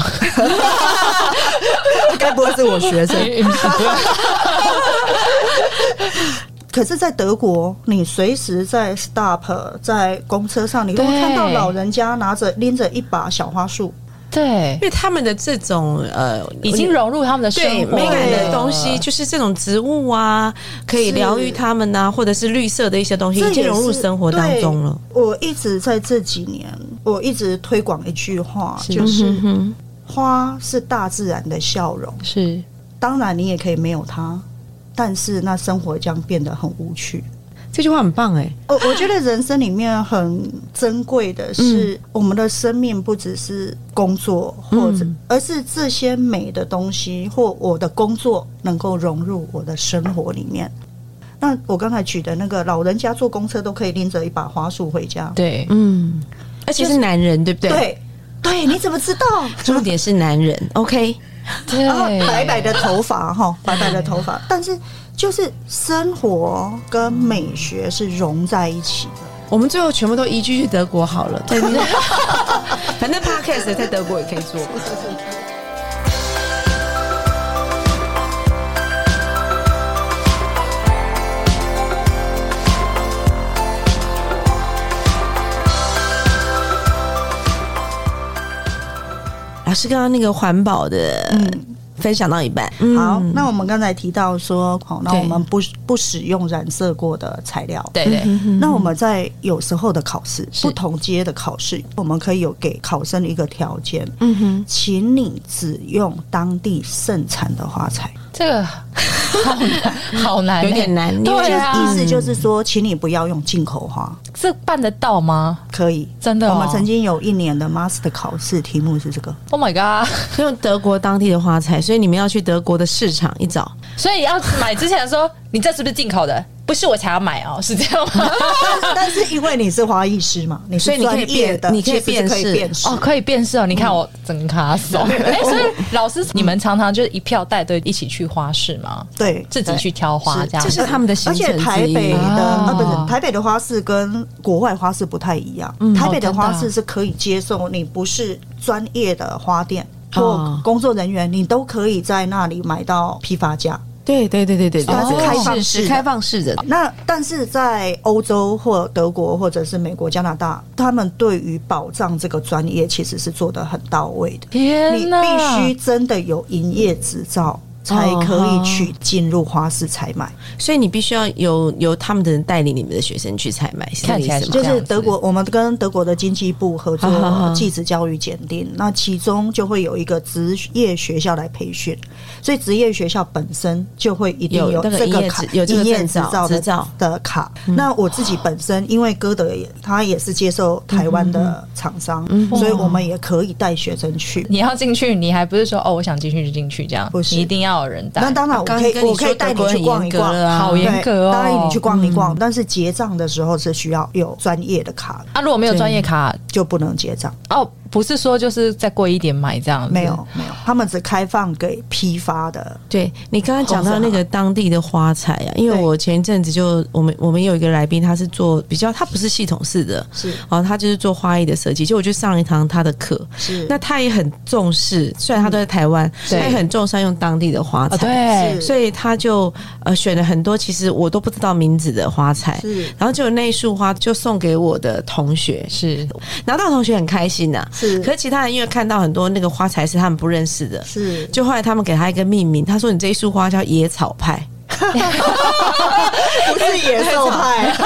Speaker 1: 该不会是我学生？
Speaker 3: 对
Speaker 1: 可是，在德国，你随时在 stop 在公车上，你会
Speaker 3: 对
Speaker 1: 看到老人家拿着拎着一把小花束，
Speaker 3: 对
Speaker 4: 因，为他们的这种呃，
Speaker 3: 已经融入他们的生
Speaker 4: 对
Speaker 3: 活
Speaker 4: 美感的
Speaker 3: 了
Speaker 4: 东西，就是这种植物啊，可以
Speaker 1: 是
Speaker 4: 疗愈他们啊呐、或者是绿色的一些东西，
Speaker 1: 这
Speaker 4: 已经
Speaker 1: 也
Speaker 4: 融入
Speaker 1: 是
Speaker 4: 生活当中了。。
Speaker 1: 对我一直在这几年，我一直推广一句话，
Speaker 3: 是
Speaker 1: 就是
Speaker 4: 嗯
Speaker 1: 花是大自然的笑容。
Speaker 3: 是
Speaker 1: 当然，你也可以没有它，但是那生活将变得很无趣。
Speaker 4: 哼，这句话很棒哎、
Speaker 1: 我我觉得人生里面很珍贵的是，我们的生命不只是工作，或者、而是这些美的东西或我的工作能够融入我的生活里面。那我刚才举的那个老人家坐公车都可以拎着一把花束回家，
Speaker 3: 对，
Speaker 4: 嗯，而且是男人，对不对？，
Speaker 1: 对对，你怎么知道？
Speaker 4: 重点是男人。OK，
Speaker 3: 对嗯
Speaker 1: 然后白白的头发哈，白白的头发，但是就是生活跟美学是融在一起的。
Speaker 4: 我们最后全部都移居去德国好了。对 反正 Podcast 在德国也可以做。老师刚刚那个环保的，分享到一半，
Speaker 3: 嗯
Speaker 1: 好，那我们刚才提到说，好，那
Speaker 4: 对
Speaker 1: 我们不不使用染色过的材料。嗯
Speaker 3: 对对
Speaker 1: 那我们在有时候的考试，
Speaker 3: 是
Speaker 1: 不同阶的考试，我们可以有给考生一个条件，
Speaker 4: 嗯哼。
Speaker 1: 请你只用当地盛产的花材。
Speaker 3: 这个好难，好难欸，
Speaker 4: 有点难
Speaker 3: 对
Speaker 1: 就
Speaker 3: 啊
Speaker 1: 是，意思就是说，请你不要用进口花，
Speaker 3: 这办得到吗？
Speaker 1: 可以。
Speaker 3: 真的哦，
Speaker 1: 我们曾经有一年的 master 考试题目是这个，
Speaker 3: Oh my god！
Speaker 4: 用德国当地的花材，所以你们要去德国的市场一找。
Speaker 3: 所以要买之前说，你这是不是进口的？不是我才要买哦，是这样 吗？
Speaker 1: 但是因为你是花艺师嘛，你
Speaker 4: 所以
Speaker 1: 是
Speaker 4: 你可
Speaker 1: 专
Speaker 4: 以
Speaker 1: 业的，
Speaker 4: 辨你可以
Speaker 1: 其实是
Speaker 4: 辨
Speaker 1: 可
Speaker 4: 识
Speaker 1: 以辨识
Speaker 3: 哦，。可以辨识哦！你看我整卡手。 哎，所以老师，你们常常就是一票带队一起去花市吗？
Speaker 1: 对，
Speaker 3: 自己
Speaker 1: 对
Speaker 3: 去挑花
Speaker 1: 是
Speaker 3: 这样
Speaker 4: 这？是他们的行
Speaker 1: 而
Speaker 4: 程之
Speaker 1: 且
Speaker 4: 一
Speaker 1: 台北的
Speaker 3: 啊
Speaker 1: 呃不是台北的花市跟国外花市不太一样，
Speaker 4: 嗯哦
Speaker 1: 台北的花
Speaker 3: 真的
Speaker 1: 市是可以接受你不是专业的花店
Speaker 4: 哦
Speaker 1: 或工作人员，你都可以在那里买到批发价。
Speaker 4: 对对对对对，
Speaker 1: 它是
Speaker 4: 对
Speaker 1: 哦开
Speaker 4: 对
Speaker 1: 放
Speaker 4: 是
Speaker 1: 式
Speaker 4: 是
Speaker 1: 的
Speaker 4: 开放式的。
Speaker 1: 那但是在欧洲或德国或者是美国、加拿大，他们对于保障这个专业其实是做得很到位的。你
Speaker 3: 天
Speaker 1: 必须真的有营业执照，才
Speaker 4: 嗯
Speaker 1: 可以去进入花市采买。
Speaker 4: 所以你必须要由由他们的人带领你们的学生去采买，是这个
Speaker 3: 看起来
Speaker 4: 意思
Speaker 3: 这
Speaker 4: 吗？
Speaker 1: 就是
Speaker 3: 样子
Speaker 1: 德国，我们跟德国的经济部合 作
Speaker 4: 好好好
Speaker 1: 继职教育检定，那其中就会有一个职业学校来培训，所以职业学校本身就会一定
Speaker 4: 有那个
Speaker 1: 这
Speaker 4: 营
Speaker 1: 个
Speaker 4: 业
Speaker 1: 卡
Speaker 4: 执，有这个
Speaker 1: 营业
Speaker 4: 证
Speaker 1: 执
Speaker 4: 照
Speaker 1: 照的
Speaker 4: 执照嗯
Speaker 1: 的卡。那我自己本身因为歌德也他也是接受台湾
Speaker 4: 嗯
Speaker 1: 的厂商，所以我们也可以带学生去。
Speaker 3: 你要进去，你还不是说哦，我想进去就进去这样
Speaker 1: 不，是
Speaker 3: 你一定要有人带
Speaker 1: 那。当然，我
Speaker 4: 刚
Speaker 1: 可以，
Speaker 4: 跟你
Speaker 1: 我可以
Speaker 4: 说
Speaker 1: 带
Speaker 4: 德
Speaker 1: 你
Speaker 4: 国
Speaker 1: 去
Speaker 4: 很严
Speaker 1: 逛一
Speaker 4: 嗯格
Speaker 1: 逛，
Speaker 4: 了啊
Speaker 3: 好严格哦
Speaker 1: 对当然你去逛一逛，但是结账的时候是需要有专业的卡，
Speaker 3: 啊，如果没有专业卡，
Speaker 1: 就不能结账。
Speaker 3: 哦，不是说就是再贵一点买这样子，
Speaker 1: 没有，
Speaker 4: 嗯
Speaker 1: 没有，他们只开放给批发的。
Speaker 4: 对你刚刚讲到那个当地的花材啊，因为
Speaker 1: 对
Speaker 4: 我前一阵子就我们我们有一个来宾，他是做比较，他不是系统式的，
Speaker 1: 是
Speaker 4: 哦，他就是做花艺的设计。就我去上一堂他的课，
Speaker 1: 是嗯
Speaker 4: 那他也很重视，虽然他都在台湾，他
Speaker 3: 对
Speaker 4: 也很重视要用当地的花
Speaker 3: 啊，
Speaker 4: 材，
Speaker 3: 对
Speaker 1: 是，
Speaker 4: 所以他就呃选了很多其实我都不知道名字的花材，
Speaker 1: 是
Speaker 4: 然后就有那一束花就送给我的同学，
Speaker 3: 是
Speaker 4: 拿到的同学很开心呐、
Speaker 1: 是
Speaker 4: 可是其他人因为看到很多那个花材是他们不认识的，
Speaker 1: 是，
Speaker 4: 就后来他们给他一个命名，他说你这一束花叫野草派，
Speaker 1: 不是野 兽派，
Speaker 4: 哎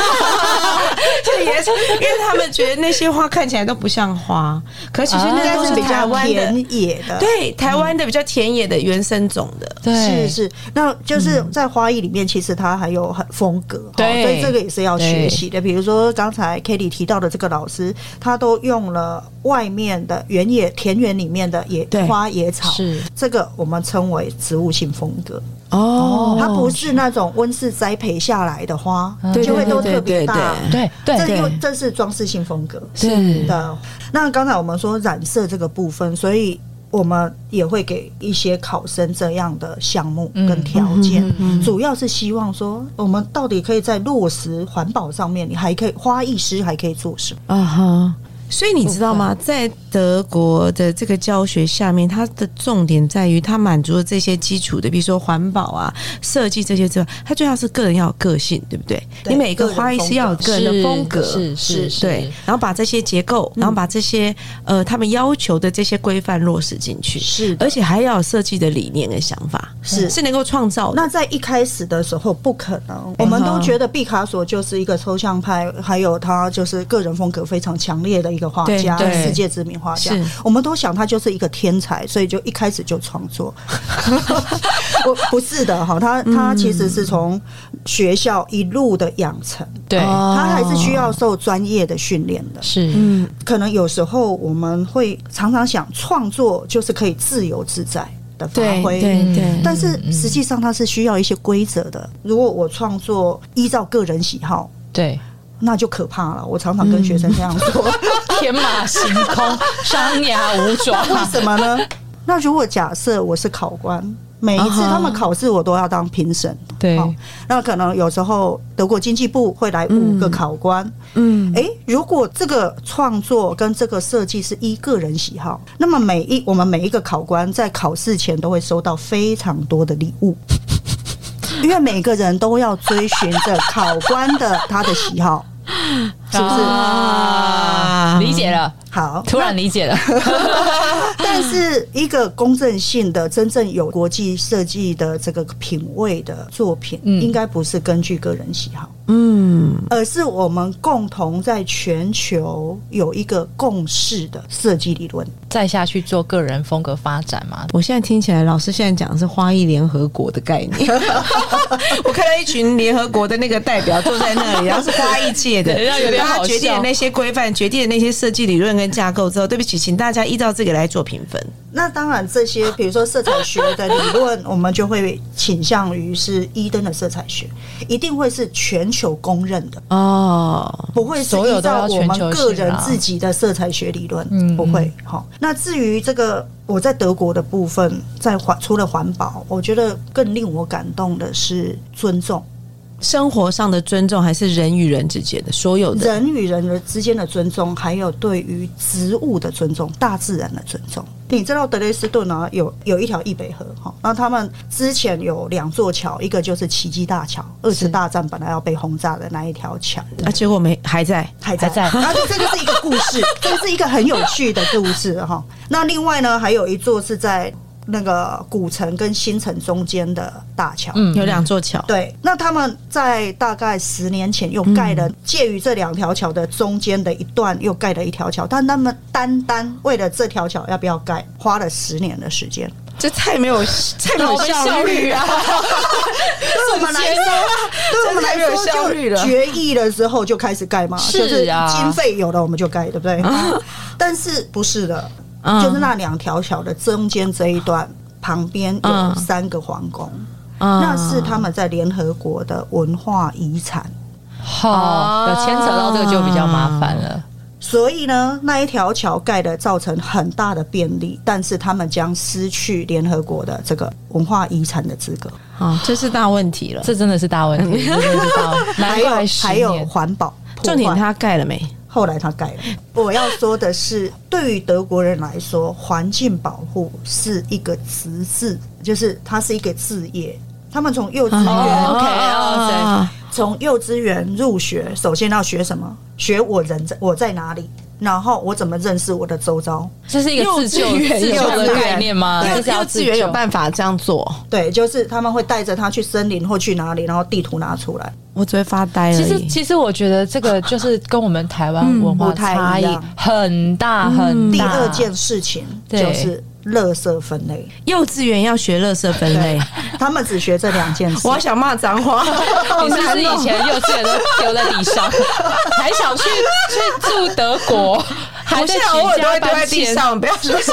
Speaker 4: 就 野草，因为他们觉得那些花看起来都不像花，可其实
Speaker 3: 啊
Speaker 1: 应
Speaker 4: 那
Speaker 1: 该
Speaker 4: 都
Speaker 1: 是
Speaker 4: 是
Speaker 1: 比
Speaker 4: 台
Speaker 1: 较
Speaker 4: 湾的，
Speaker 1: 田野的。
Speaker 4: 对台湾的比较田野的原生种的。
Speaker 3: 对嗯
Speaker 1: 是是，那就是在花艺里面，其实它还有很风格，哈
Speaker 3: 对
Speaker 1: 所以这个也是要
Speaker 3: 对
Speaker 1: 学习的。比如说刚才 k a t i e 提到的这个老师，他都用了外面的原野田园里面的野
Speaker 4: 对
Speaker 1: 花野草，
Speaker 3: 是
Speaker 1: 这个我们称为植物性风格。
Speaker 4: 哦
Speaker 1: 它不是那种温室栽培下来的花，
Speaker 4: 对
Speaker 1: 就会都特
Speaker 4: 对
Speaker 1: 别
Speaker 4: 对
Speaker 1: 大
Speaker 4: 对。
Speaker 3: 对
Speaker 1: 这
Speaker 3: 对
Speaker 1: 因为
Speaker 4: 对
Speaker 1: 这是装饰性风格
Speaker 4: 是
Speaker 1: 的。那刚才我们说染色这个部分，所以我们也会给一些考生这样的项目跟条件，主要是希望说，哦我们到底可以在落实环保上面，你还可以花艺师还可以做什么？
Speaker 4: 啊哈。所以你知道吗？在德国的这个教学下面，它的重点在于它满足了这些基础的，比如说环保啊、设计这些之外，它最重要是个人要有个性，对不对？
Speaker 1: 对
Speaker 4: 你每个花艺师要有个人的风格，
Speaker 3: 是是是
Speaker 4: 对
Speaker 3: 是，
Speaker 4: 然后把这些结构，然后把这些、呃他们要求的这些规范落实进去，
Speaker 1: 是
Speaker 4: 而且还要有设计的理念跟想法，
Speaker 1: 是
Speaker 4: 呃是能够创造的。嗯
Speaker 1: 那在一开始的时候不可能，我们都觉得毕卡索就是一个抽象派，还有他就是个人风格非常强烈的一个画家，
Speaker 4: 对对
Speaker 1: 世界知名画家
Speaker 4: 是。
Speaker 1: 我们都想他就是一个天才，所以就一开始就创 作。我不是的哈，他
Speaker 4: 嗯
Speaker 1: 他其实是从学校一路的养成，
Speaker 3: 对
Speaker 4: 哦嗯
Speaker 1: 他还是需要受专业的训练的。
Speaker 3: 是
Speaker 1: 可能有时候我们会常常想，创作就是可以自由自在的发
Speaker 4: 对
Speaker 1: 挥，
Speaker 4: 对
Speaker 3: 嗯
Speaker 4: 对，
Speaker 1: 哎但是实际上它是需要一些规则的。如果我创作依照个人喜好，
Speaker 3: 对，
Speaker 1: 那就可怕了。我常常跟学生这 样说，
Speaker 3: 天马行空，张牙舞爪，
Speaker 1: 为什么呢？那如果假设我是考官，每一次
Speaker 4: 啊哈
Speaker 1: 他们考试我都要当评审，
Speaker 3: 对
Speaker 1: 好那可能有时候德国经济部会来五个考官，
Speaker 4: 嗯，
Speaker 1: 诶，如果这个创作跟这个设计是依个人喜好，那么每一我们每一个考官在考试前都会收到非常多的礼物， 因为每个人都要追寻着考官的他的喜好，是不是？
Speaker 3: 啊理解了，
Speaker 1: 好，
Speaker 3: 突然理解了，
Speaker 1: 但是一个公正性的、真正有国际设计的这个品味的作品，
Speaker 3: 嗯
Speaker 1: 应该不是根据个人喜好，
Speaker 4: 嗯，
Speaker 1: 而是我们共同在全球有一个共识的设计理论。
Speaker 3: 再下去做个人风格发展嘛，
Speaker 4: 我现在听起来，老师现在讲的是花艺联合国的概 念。我看到一群联合国的那个代表坐在那里，然后是花艺界的，
Speaker 3: 对那有点
Speaker 4: 然后
Speaker 3: 好
Speaker 4: 他决定了
Speaker 3: 笑
Speaker 4: 那些规范，决定了那些设计理论跟架构之后，对不起，请大家依照这个来做评分。
Speaker 1: 那当然，这些比如说色彩学的理论，我们就会倾向于是伊登的色彩学，一定会是全球公认的，
Speaker 4: 哦，
Speaker 1: 不会是
Speaker 3: 所有
Speaker 1: 依
Speaker 3: 都要
Speaker 1: 照我
Speaker 3: 全球性
Speaker 1: 们
Speaker 3: 啊
Speaker 1: 个人自己的色彩学理论，
Speaker 3: 嗯
Speaker 1: 不会。好，那至于这个我在德国的部分，在环除了环保，我觉得更令我感动的是尊重，
Speaker 4: 生活上的尊重还是人与人之间的，所有的
Speaker 1: 人与人的之间的尊重，还有对于植物的尊重、大自然的尊重。你知道德累斯顿啊，有有一条易北河哈，那他们之前有两座桥，一个就是奇迹大桥，二次大战本来要被轰炸的那一条桥，
Speaker 4: 啊，结果没还在。
Speaker 1: 还在。
Speaker 3: 还在
Speaker 1: 然后这个是一个 故事，这个是一个很有趣的故事哈。那另外呢，还有一座是在那个古城跟新城中间的大桥。
Speaker 3: 嗯
Speaker 4: 有两座桥，
Speaker 1: 对，那他们在大概十年前又盖了介于这两条桥的中间的一段，又盖了一条桥，但他们单单为了这条桥要不要盖，花了十年的时间。
Speaker 4: 这太没有太没
Speaker 3: 我
Speaker 4: 有
Speaker 3: 们
Speaker 4: 效
Speaker 3: 效
Speaker 4: 率
Speaker 3: 率
Speaker 4: 啊！
Speaker 3: 啊，
Speaker 1: 对我们来说，对我们来
Speaker 4: 真的太没有
Speaker 1: 说
Speaker 4: 效率
Speaker 1: 就
Speaker 4: 了
Speaker 1: 决议了之后就开始盖嘛，
Speaker 3: 是啊
Speaker 1: 就是经费有了我们就盖，对不对？但是不是的，
Speaker 4: 嗯
Speaker 1: 就是那两条桥的中间这一段旁边有
Speaker 4: 嗯
Speaker 1: 三个皇宫，
Speaker 4: 嗯
Speaker 1: 那是他们在联合国的文化遗产。
Speaker 3: 好，有牵扯到这个就比较麻烦了。
Speaker 1: 所以呢，那一条桥盖的造成很大的便利，但是他们将失去联合国的这个文化遗产的资格，
Speaker 4: 啊，这是大问题了。
Speaker 3: 这真的是大问题，真的是大问题
Speaker 1: 还
Speaker 3: 难怪
Speaker 1: 有
Speaker 3: 十
Speaker 1: 还有
Speaker 3: 年
Speaker 1: 环保破坏。
Speaker 4: 重点他盖了没？
Speaker 1: 后来 他改了。我要说的是，对于德国人来说，环境保护是一个职责，就是它是一个置业。他们从幼
Speaker 4: 啊
Speaker 1: 稚
Speaker 3: 哦
Speaker 1: 园，
Speaker 3: ，OK，哦，
Speaker 1: 从幼稚园入学，首先要学什么？学我人在我在哪里，然后我怎么认识我的周遭。
Speaker 3: 这是一个自救
Speaker 4: 幼稚园
Speaker 3: 自救的概念吗？
Speaker 4: 幼
Speaker 3: 这是要
Speaker 4: 幼
Speaker 3: 自
Speaker 4: 稚园
Speaker 3: 救
Speaker 4: 有办法这样做，
Speaker 1: 对，就是他们会带着他去森林或去哪里，然后地图拿出来。
Speaker 3: 嗯
Speaker 4: 我只会发呆而
Speaker 3: 其实，
Speaker 4: 已。
Speaker 3: 其实我觉得这个就是跟我们台湾文化
Speaker 1: 不太
Speaker 3: 差
Speaker 1: 一
Speaker 3: 异
Speaker 1: 样
Speaker 3: 很大很大。
Speaker 1: 第二件事情
Speaker 3: 对
Speaker 1: 就是垃圾分类，
Speaker 4: 幼稚园要学垃圾分类，
Speaker 1: 他们只学这两件事
Speaker 4: 我。好想骂脏话。哦
Speaker 3: 你是不是以前幼稚园都丢在地上，还想去去住德国，还
Speaker 4: 我
Speaker 3: 在
Speaker 4: 现在偶尔
Speaker 3: 举
Speaker 4: 都
Speaker 3: 家
Speaker 4: 会丢在
Speaker 3: 搬
Speaker 4: 地
Speaker 3: 迁？
Speaker 4: 上，不要说是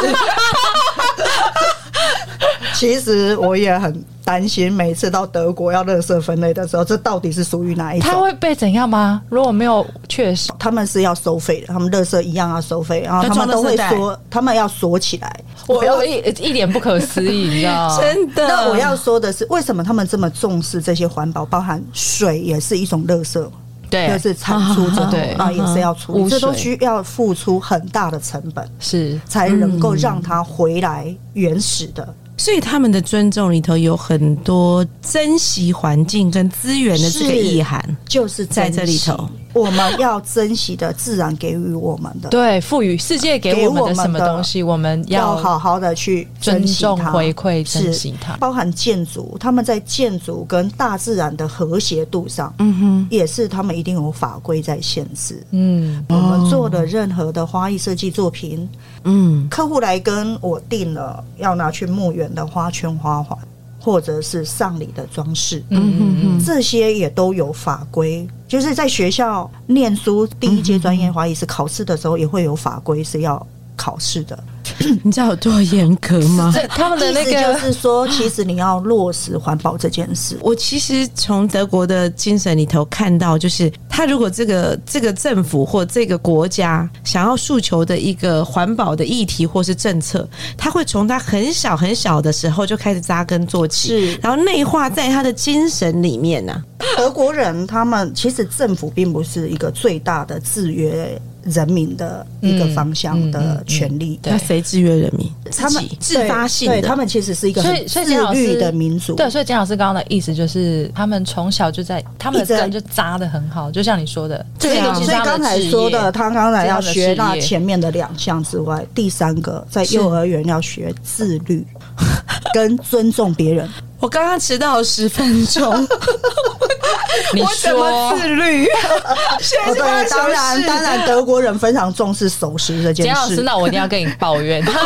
Speaker 1: 其实我也很担心，每次到德国要垃圾分类的时候，这到底是属于哪一
Speaker 3: 他
Speaker 1: 种？
Speaker 3: 会被怎样吗？如果没有确实，
Speaker 1: 他们是要收费的，他们垃圾一样要收费，然后他们都会
Speaker 4: 要装垃圾
Speaker 1: 说，他们要锁起来。
Speaker 3: 我我一一脸不可思议，你知道吗？
Speaker 4: 真的。
Speaker 1: 那我
Speaker 3: 嗯
Speaker 1: 要说的是，为什么他们这么重视这些环保？包含水也是一种垃圾，就
Speaker 3: 对，
Speaker 1: 是产出者
Speaker 3: 哎对嗯
Speaker 1: 啊也是要处
Speaker 3: 污
Speaker 1: 理，这都
Speaker 3: 水
Speaker 1: 需要付出很大的成本，
Speaker 3: 是
Speaker 1: 才能够让它回来原始的。
Speaker 4: 所以他们的尊重里头有很多珍惜环境跟资源的这个
Speaker 1: 是
Speaker 4: 意涵。
Speaker 1: 就是
Speaker 4: 在这里
Speaker 1: 珍惜
Speaker 4: 头，
Speaker 1: 我们要珍惜的自然给予我们的，
Speaker 3: 对赋予世界给我们的什么
Speaker 1: 给我们的
Speaker 3: 东西，我们
Speaker 1: 要
Speaker 3: 要
Speaker 1: 好好的去
Speaker 3: 尊
Speaker 1: 珍惜
Speaker 3: 重
Speaker 1: 它
Speaker 3: 回馈珍
Speaker 1: 是
Speaker 3: 惜它
Speaker 1: 包含建筑，他们在建筑跟大自然的和谐度上，嗯哼，也是他们一定有法规在限制。
Speaker 3: 嗯，
Speaker 1: 我们做的任何的花艺设计作品，
Speaker 4: 嗯，
Speaker 1: 客户来跟我定了要拿去墓园的花圈、花环，或者是丧礼的装饰，
Speaker 3: 嗯嗯
Speaker 1: 这些也都有法规。就是在学校念书第一阶专业花艺是考试的时候，也会有法规是要考试的。
Speaker 4: 你知道有多严格吗？
Speaker 3: 这他们的那
Speaker 1: 意思就
Speaker 3: 个
Speaker 1: 是说，其实你要落实环保这件事。
Speaker 4: 我其实从德国的精神里头看到，就是他如果这个这个政府或这个国家想要诉求的一个环保的议题或是政策，他会从他很小很小的时候就开始扎根做起，
Speaker 1: 是
Speaker 4: 然后内化在他的精神里面啊呢、
Speaker 1: 德国人他们其实政府并不是一个最大的制约人民的一个方向
Speaker 3: 嗯
Speaker 1: 的权利，
Speaker 3: 对
Speaker 4: 那谁制约人民？
Speaker 1: 他
Speaker 4: 自
Speaker 1: 们
Speaker 4: 己自发性
Speaker 1: 对，对他
Speaker 4: 的。
Speaker 1: 们其实是一个
Speaker 3: 所
Speaker 1: 很
Speaker 3: 以所
Speaker 1: 自
Speaker 3: 以金老师
Speaker 1: 律的民族。
Speaker 3: 对，所以金老师刚刚的意思就是，他们从小就在他们的根就扎的很好，就像你说的，
Speaker 1: 所以
Speaker 4: 啊
Speaker 3: 这个其实
Speaker 1: 啊所以
Speaker 3: 他们
Speaker 1: 刚
Speaker 3: 的
Speaker 1: 才
Speaker 3: 职业
Speaker 1: 说的，他刚才要
Speaker 3: 这
Speaker 1: 学
Speaker 3: 样的
Speaker 1: 那
Speaker 3: 事业
Speaker 1: 前面的两项之外，第三个在幼儿园要学自 律跟尊重别人。
Speaker 4: 我刚刚迟到十分 钟，
Speaker 3: 你
Speaker 4: 我怎么
Speaker 3: 说
Speaker 4: 自律？现在是发
Speaker 1: 哦，
Speaker 4: 生
Speaker 1: 对，
Speaker 4: 什么
Speaker 1: 当然，
Speaker 4: 事
Speaker 1: 当然，德国人非常重视守时这
Speaker 3: 简
Speaker 1: 件
Speaker 3: 老师，
Speaker 1: 事。
Speaker 3: 那我一定要跟你抱 怨，他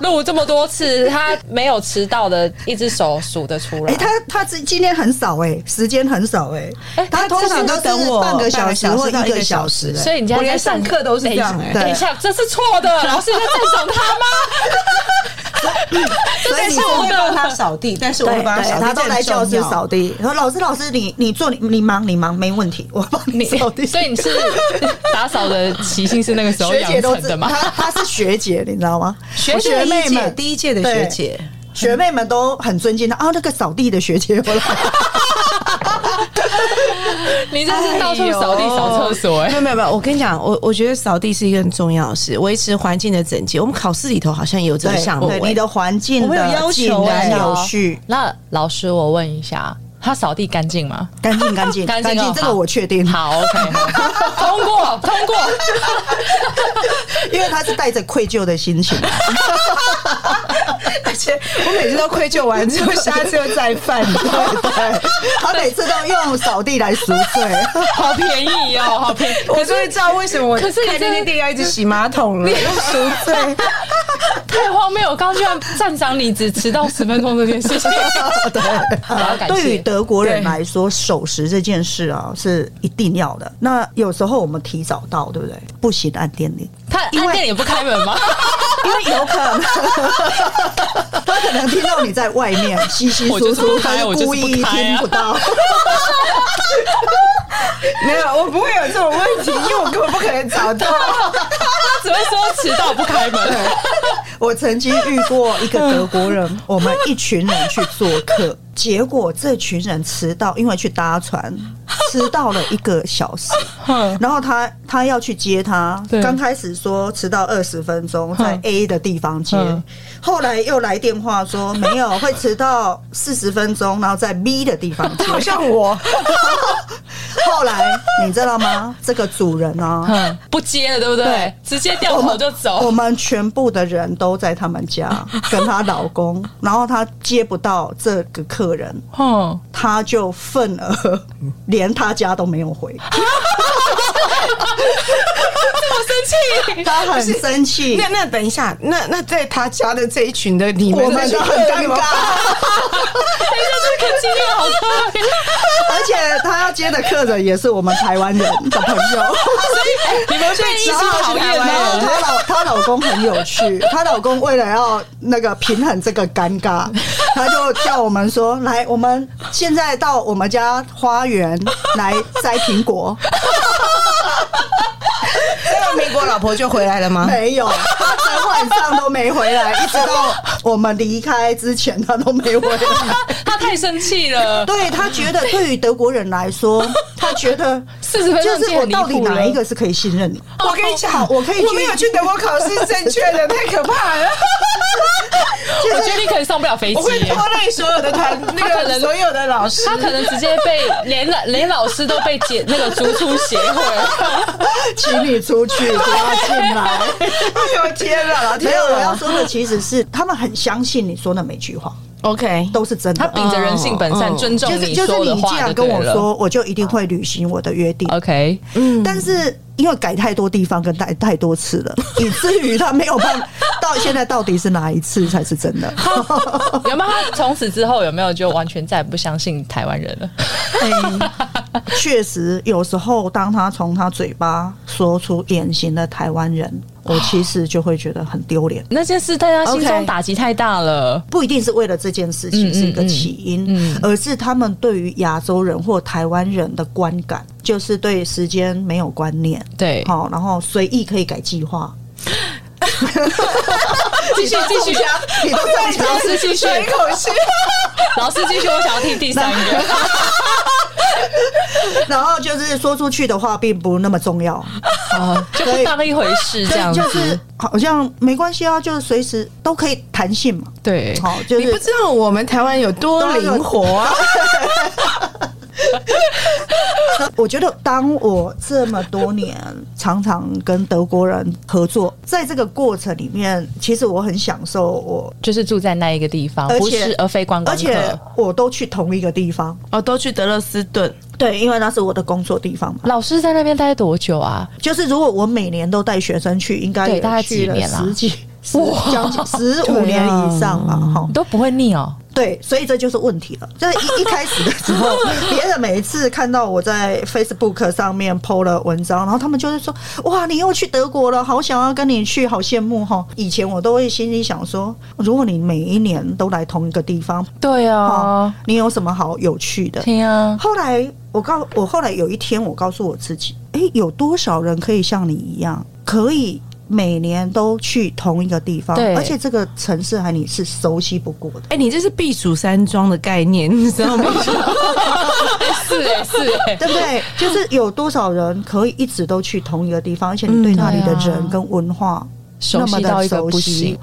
Speaker 3: 录这么多次，他没有迟到的，一只手数得出
Speaker 1: 哎、
Speaker 3: 来。
Speaker 1: 他他是今天很少哎、时间很少哎、
Speaker 3: 哎
Speaker 1: 他通常都是
Speaker 4: 等我
Speaker 1: 半个小时或
Speaker 4: 半个
Speaker 1: 一个
Speaker 4: 小
Speaker 1: 小
Speaker 4: 时到一个小时
Speaker 1: 时哎、
Speaker 3: 所以你家
Speaker 4: 我连上课都是这样哎
Speaker 3: 等一下，这是错 的，老师你在赞赏他吗？
Speaker 1: 所以
Speaker 4: 但
Speaker 1: 你
Speaker 4: 是我会帮他扫地，但是我会
Speaker 1: 对
Speaker 4: 帮他
Speaker 1: 对，
Speaker 4: 扫地，
Speaker 1: 他都
Speaker 4: 这很
Speaker 1: 来教
Speaker 4: 重
Speaker 1: 室
Speaker 4: 要
Speaker 1: 扫地。说老师，老师，你你做你你忙你忙没问题，我帮你
Speaker 3: 你
Speaker 1: 扫地。
Speaker 3: 所以你是打扫的习性是那个时候
Speaker 1: 学
Speaker 3: 养
Speaker 1: 姐都
Speaker 3: 成
Speaker 1: 是
Speaker 3: 的吗？
Speaker 1: 她她是学姐，你知道吗？
Speaker 4: 学
Speaker 1: 我学妹们
Speaker 4: 第一届的学姐，
Speaker 1: 学妹们都很尊敬她啊，那个扫地的学姐，我来
Speaker 3: 你这是到处扫地扫厕所哎
Speaker 4: 没。有没有没有，我跟你讲，我我觉得扫地是一个很重要的事，维持环境的整洁。我们考试里头好像也有这个项目、
Speaker 1: 对
Speaker 4: 欸，
Speaker 1: 你的环境
Speaker 4: 我们有要求
Speaker 1: 的井
Speaker 4: 哎
Speaker 1: 然
Speaker 4: 哦
Speaker 1: 有序，
Speaker 3: 那老师，我问一下，他扫地干净吗？
Speaker 1: 干净干净
Speaker 3: 干
Speaker 1: 干
Speaker 3: 净哦
Speaker 1: 净，这个
Speaker 3: 好
Speaker 1: 我确定，
Speaker 3: 好，OK，好 通过，通过。
Speaker 1: 因为他是带着愧疚的心情。
Speaker 4: 而且我每次都愧疚完之后，下次又再 犯。
Speaker 1: 对对，他每次都用扫地来赎罪。
Speaker 3: 好便宜哦，好便宜。
Speaker 4: 我终于知道为什么我
Speaker 3: 可是你
Speaker 4: 开
Speaker 3: 真
Speaker 4: 那
Speaker 3: 的
Speaker 4: 间店要一直洗马桶了，又赎 罪。
Speaker 3: 太荒谬！我刚刚居然赞赏你只迟到十分钟这件事 情，我要感
Speaker 1: 对于
Speaker 3: 谢。
Speaker 1: 德国人来说，守时这件事啊是一定要的。那有时候我们提早到，对不对？不行，按电铃，
Speaker 3: 他
Speaker 1: 因
Speaker 3: 按
Speaker 1: 为
Speaker 3: 店也不开门 吗？
Speaker 1: 因为有可 能他可能听到你在外面稀稀
Speaker 3: 我
Speaker 1: 疏
Speaker 3: 就是
Speaker 1: 疏，
Speaker 3: 不
Speaker 1: 他
Speaker 3: 开
Speaker 1: 是
Speaker 3: 我就是
Speaker 1: 故
Speaker 3: 不
Speaker 1: 意
Speaker 3: 开啊
Speaker 1: 听 不到。
Speaker 4: 没有，我不会有这种问题，因为我根本不可能找到。
Speaker 3: 只会说迟到不开门。
Speaker 1: 我曾经遇过一个德国人，我们一群人去做客，结果这群人迟到，因为去搭船，迟到了一个小时。
Speaker 3: 哼
Speaker 1: 然后他他要去接他
Speaker 3: 对，
Speaker 1: 刚开始说迟到二十分钟，在
Speaker 3: 嗯
Speaker 1: A 的地方接
Speaker 3: 嗯，
Speaker 1: 后来又来电话 说没有，会迟到四十分钟，然后在 B 的地方接。
Speaker 4: 好像我，
Speaker 1: 后来你知道吗？这个主人啊，
Speaker 3: 哼，不接了，对不对
Speaker 1: 对？
Speaker 3: 直接掉头就
Speaker 1: 我
Speaker 3: 走。
Speaker 1: 们全部的人都在他们 家跟她老公，然后她接不到这个客人，
Speaker 3: 哼，
Speaker 1: 她就 愤而连他家都没有回，
Speaker 3: 好生气。
Speaker 1: 她很生 气
Speaker 4: 那。那等一下，那那在他家的这一群的你们，
Speaker 1: 我们就很尴尬，
Speaker 3: 等一下，这个经历好特别。
Speaker 1: 而且他要接的客人也是我们台湾人的朋 友。哎
Speaker 3: 你们被一起讨厌
Speaker 1: 然后
Speaker 3: 呢？
Speaker 1: 她老她老公很有趣，她老公为了要那个平衡这个尴尬，他就叫我们说：“来，我们现在到我们家花园来摘苹果。
Speaker 4: 那美国老婆就回来了”吗？
Speaker 1: 没有，他整晚上都没回来，一直到我们离开之前，他都没回来。
Speaker 3: 他太生气了。
Speaker 1: 对他觉得，对于德国人来说，他觉得
Speaker 3: 40分钟
Speaker 1: 就是我到底
Speaker 3: 已经很离谱了
Speaker 1: 哪一个是可以信任的？
Speaker 4: 我跟你讲，
Speaker 1: 我可以去
Speaker 4: 我没有去德国考试，正确的太可怕 了，
Speaker 3: 我觉得你可能上不了飞机
Speaker 4: 我会
Speaker 3: 耶。
Speaker 4: 拖累所有的 团，那
Speaker 3: 他可
Speaker 4: 个
Speaker 3: 能
Speaker 4: 所有的老师。
Speaker 3: 他可能直接被连老连老师都被解那个逐出协会。
Speaker 1: 请你出去，不要进来。
Speaker 4: 哎呦天哪，老
Speaker 1: 没
Speaker 4: 天
Speaker 1: 有，我要
Speaker 4: 啊
Speaker 1: 说的其实是他们很相信你说的每句话。
Speaker 4: ！OK，
Speaker 1: 都是真的。
Speaker 3: 他秉着人性本善，
Speaker 4: 嗯
Speaker 3: 尊重
Speaker 1: 哦就是就
Speaker 3: 说
Speaker 1: 是
Speaker 3: 的
Speaker 1: 你
Speaker 3: 话
Speaker 1: 既然
Speaker 3: 就
Speaker 1: 跟
Speaker 3: 对
Speaker 1: 我
Speaker 3: 了呃
Speaker 1: 说，我就一定会履行我的约定。
Speaker 3: ，OK，
Speaker 1: 但是因为改太多地方跟太太多次了，以至于他没有办法到现在到底是哪一次才是真的？
Speaker 3: 有没有他从此之后有没有就完全再也不相信台湾人了？
Speaker 1: 哎确实，有时候当他从他嘴巴说出典型的台湾人，我其实就会觉得很丢脸。
Speaker 3: 那件事在他心中
Speaker 1: OK
Speaker 3: 打击太大了。
Speaker 1: 不一定是为了这件事
Speaker 3: 嗯
Speaker 1: 情是一个起因，而是他们对于亚洲人或台湾人的观感，就是对时间没有观念，
Speaker 3: 对
Speaker 1: 好，然后随意可以改计划，
Speaker 3: 继续继续，
Speaker 1: 你都中枪
Speaker 3: 老师继续，
Speaker 4: 一口气，
Speaker 3: 老师继续，我想要听第三个。
Speaker 1: 然后就是说出去的话并不那么重要，
Speaker 3: 哦， 就不当一回事这样
Speaker 1: 对，
Speaker 3: 子。
Speaker 1: 就是好像没关系啊，就是随时都可以弹性嘛，
Speaker 3: 对，
Speaker 1: 好，就
Speaker 4: 你不
Speaker 1: 是
Speaker 4: 知道我们台湾有多灵活啊！
Speaker 1: 我觉得当我这么多年常常跟德国人合作，在这个过程里面，其实我很享受我。
Speaker 3: 就是住在那一个地方，
Speaker 1: 而且
Speaker 3: 不是而非观光
Speaker 1: 而
Speaker 3: 客。
Speaker 1: 且我都去同一个地方，
Speaker 4: 哦，都去德勒斯顿，
Speaker 1: 对，因为那是我的工作地方嘛。
Speaker 3: 老师在那边待多久啊？
Speaker 1: 就是如果我每年都带学生去，应该
Speaker 3: 对
Speaker 1: 也
Speaker 3: 大概
Speaker 1: 去了
Speaker 3: 几年啦
Speaker 1: 十几、十将近十五年以上吧，哈
Speaker 3: 你。都不会腻哦。
Speaker 1: 对，所以这就是问题了。就是一一开始的时 候，别人每一次看到我在 Facebook 上面 PO 了文章，然后他们就会说：“哇，你又去德国了，好想要跟你去，好羡慕哈。”以前我都会心里想说，如果你每一年都来同一个地方，
Speaker 3: 对
Speaker 1: 哈
Speaker 3: 啊，，
Speaker 1: 你有什么好有趣的？
Speaker 3: 听啊，
Speaker 1: 后来我告我后来有一天我告诉我自己，诶，有多少人可以像你一样，可以每年都去同一个地方
Speaker 3: 对，
Speaker 1: 而且这个城市还你是熟悉不过的。
Speaker 4: 哎、你这是避暑山庄的概念，你知道吗？
Speaker 3: 是哎是哎，
Speaker 1: 对不对？就是有多少人可以一直都去同一个地方，而且你对那里的
Speaker 3: 嗯对啊
Speaker 1: 人跟文化
Speaker 3: 熟
Speaker 1: 那么
Speaker 3: 悉到
Speaker 1: 的
Speaker 3: 一个
Speaker 1: 熟
Speaker 3: 不
Speaker 1: 悉
Speaker 3: 行。，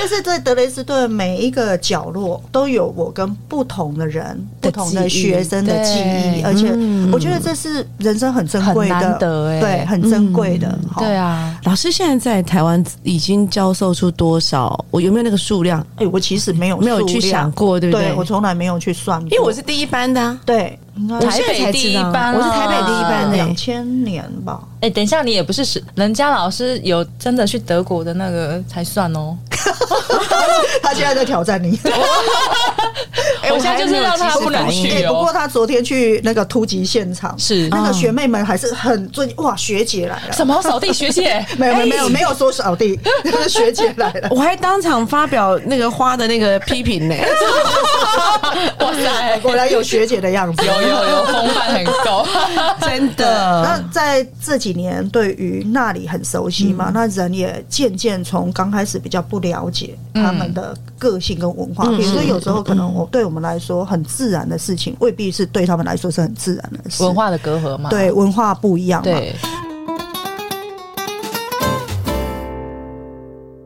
Speaker 1: 就是在德累斯顿每一个角落都有我跟不同的人、不
Speaker 3: 的
Speaker 1: 同的
Speaker 3: 记忆
Speaker 1: 学生的记忆，
Speaker 3: 对
Speaker 1: 而且我觉得这是人生很珍贵
Speaker 3: 很
Speaker 1: 的
Speaker 3: 难，得欸
Speaker 1: 对，很珍贵的。好
Speaker 3: 对，啊，
Speaker 4: 老师现在在台湾已经教授出多少？我有没有那个数量？
Speaker 1: 哎，我其实没有
Speaker 4: 没有
Speaker 1: 数
Speaker 4: 去
Speaker 1: 量
Speaker 4: 想过，对不
Speaker 1: 对我从来没有去算过，
Speaker 4: 因为我是第一班的、啊，
Speaker 1: 对，应该
Speaker 4: 我
Speaker 3: 台
Speaker 4: 现在才
Speaker 3: 北第
Speaker 4: 知
Speaker 3: 一
Speaker 4: 道
Speaker 3: 班啊，
Speaker 4: 我是台北第一班欸
Speaker 1: 两千年吧。
Speaker 3: 哎、等一下，你也不是是人家老师有真的去德国的那个才算哦。
Speaker 1: 他现在在挑战你。
Speaker 3: 哎我现在就是让他不能
Speaker 1: 哎、
Speaker 3: 去
Speaker 1: 不
Speaker 3: 哦。
Speaker 1: 过他昨天去那个突击现场，
Speaker 3: 是
Speaker 1: 那个学妹们还是很尊敬哇，学姐来了。
Speaker 3: 什么哎扫地学姐？
Speaker 1: 没有没有没有没有说扫地， 就是学姐来 了。
Speaker 3: 哦
Speaker 4: 我还当场发表那个花的那个批评 呢、
Speaker 3: 哇塞，
Speaker 1: 果然有学姐的样子。
Speaker 3: 有有有风范很高，
Speaker 4: 真
Speaker 1: 那
Speaker 4: 的。嗯
Speaker 1: 在这几年，对于那里很熟悉
Speaker 3: 嗯
Speaker 1: 嘛，那人也渐渐从刚开始比较不了解他们的个性跟文
Speaker 3: 嗯
Speaker 1: 化，比如说有时候可能我对我们来说很自然的事情，未必是对他们来说是很自然的事。
Speaker 3: 文化的隔阂嘛。
Speaker 1: 对文化不一样嘛，
Speaker 3: 对，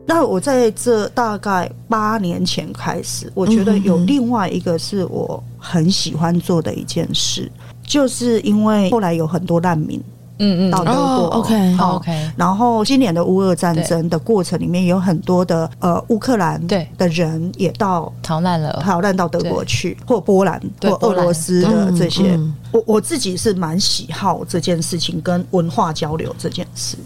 Speaker 1: 那我在这大概八年前开始，我觉得有另外一个是我很喜欢做的一件事，就是因为后来有很多难民
Speaker 3: 嗯嗯
Speaker 1: 到德国、
Speaker 4: 哦，OK，
Speaker 1: 好
Speaker 3: ，OK
Speaker 1: 然后今年的乌俄战争的过程里面，有很多的呃乌克兰
Speaker 3: 对
Speaker 1: 的人也到
Speaker 3: 逃难了。
Speaker 1: 逃难到德国
Speaker 3: 对
Speaker 1: 去，或波兰
Speaker 3: 对
Speaker 1: 或俄
Speaker 3: 波兰
Speaker 1: 罗斯的这些，
Speaker 4: 嗯
Speaker 1: 我我自己是蛮喜好这件事情跟文化交流这件事。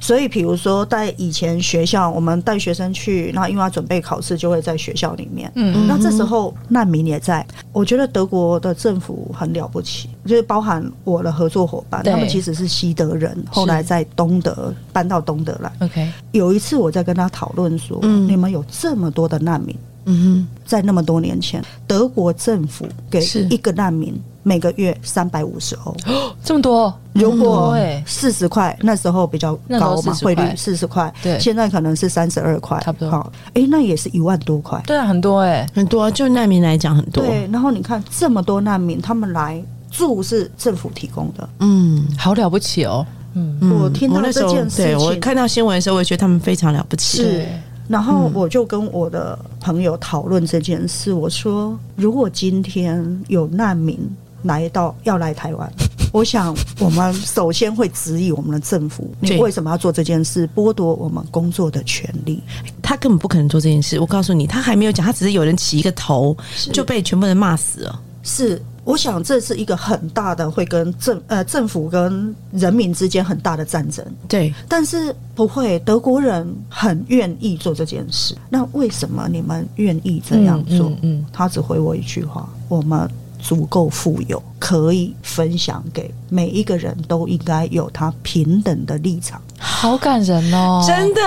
Speaker 1: 所以，比如说，在以前学校，我们带学生去，那因为要准备考试，就会在学校里面。
Speaker 3: 嗯
Speaker 1: 那这时候难民也在。我觉得德国的政府很了不起，就是包含我的合作伙伴，
Speaker 3: 对
Speaker 1: 他们其实是西德人，后来在东德搬到东德来。
Speaker 3: ，OK，
Speaker 1: 有一次我在跟他讨论说，
Speaker 3: 嗯
Speaker 1: 你们有这么多的难民，
Speaker 4: 嗯
Speaker 1: 在那么多年前，德国政府给
Speaker 4: 是
Speaker 1: 一个难民每个月三百五十欧，
Speaker 3: 这么多，
Speaker 1: 如
Speaker 3: 嗯
Speaker 1: 果
Speaker 3: 对
Speaker 1: 四十块，那时候比较
Speaker 3: 那时候
Speaker 1: 高嘛，
Speaker 3: 40
Speaker 1: 汇率
Speaker 3: 块
Speaker 1: 四十块，
Speaker 3: 对
Speaker 1: 现在可能是三十二块，
Speaker 3: 差不多
Speaker 1: 好，哎，那也是一万多块。
Speaker 3: 对啊，很多哎、
Speaker 4: 很多啊，就难民来讲很多。
Speaker 1: 对，然后你看这么多难民，他们来住是政府提供的，
Speaker 4: 嗯，
Speaker 3: 好了不起哦。嗯，
Speaker 1: 我听
Speaker 4: 我
Speaker 1: 到
Speaker 4: 那时
Speaker 1: 这
Speaker 4: 候
Speaker 1: 件
Speaker 4: 对
Speaker 1: 事
Speaker 4: 我
Speaker 1: 情，
Speaker 4: 看到新闻的时候，我也觉得他们非常了不起。
Speaker 1: 是
Speaker 3: 对，
Speaker 1: 然后我就跟我的朋友讨论这件事，我说如果今天有难民来到要来台湾， 我想我们首先会质疑我们的政府，你
Speaker 4: 对
Speaker 1: 为什么要做这件事，剥夺我们工作的权利？
Speaker 4: 他根本不可能做这件事。我告诉你，他还没有讲，他只是有人起一个头就被全部人骂死
Speaker 1: 哦
Speaker 4: 了。
Speaker 1: 是。我想这是一个很大的会跟政呃政府跟人民之间很大的战争，
Speaker 4: 对，
Speaker 1: 但是不会，德国人很愿意做这件事。那为什么你们愿意这样做？
Speaker 3: 嗯嗯嗯
Speaker 1: 他只回我一句话：我们足够富有，可以分享给每一个人都应该有他平等的立场。
Speaker 3: 好感人哦，
Speaker 4: 真的，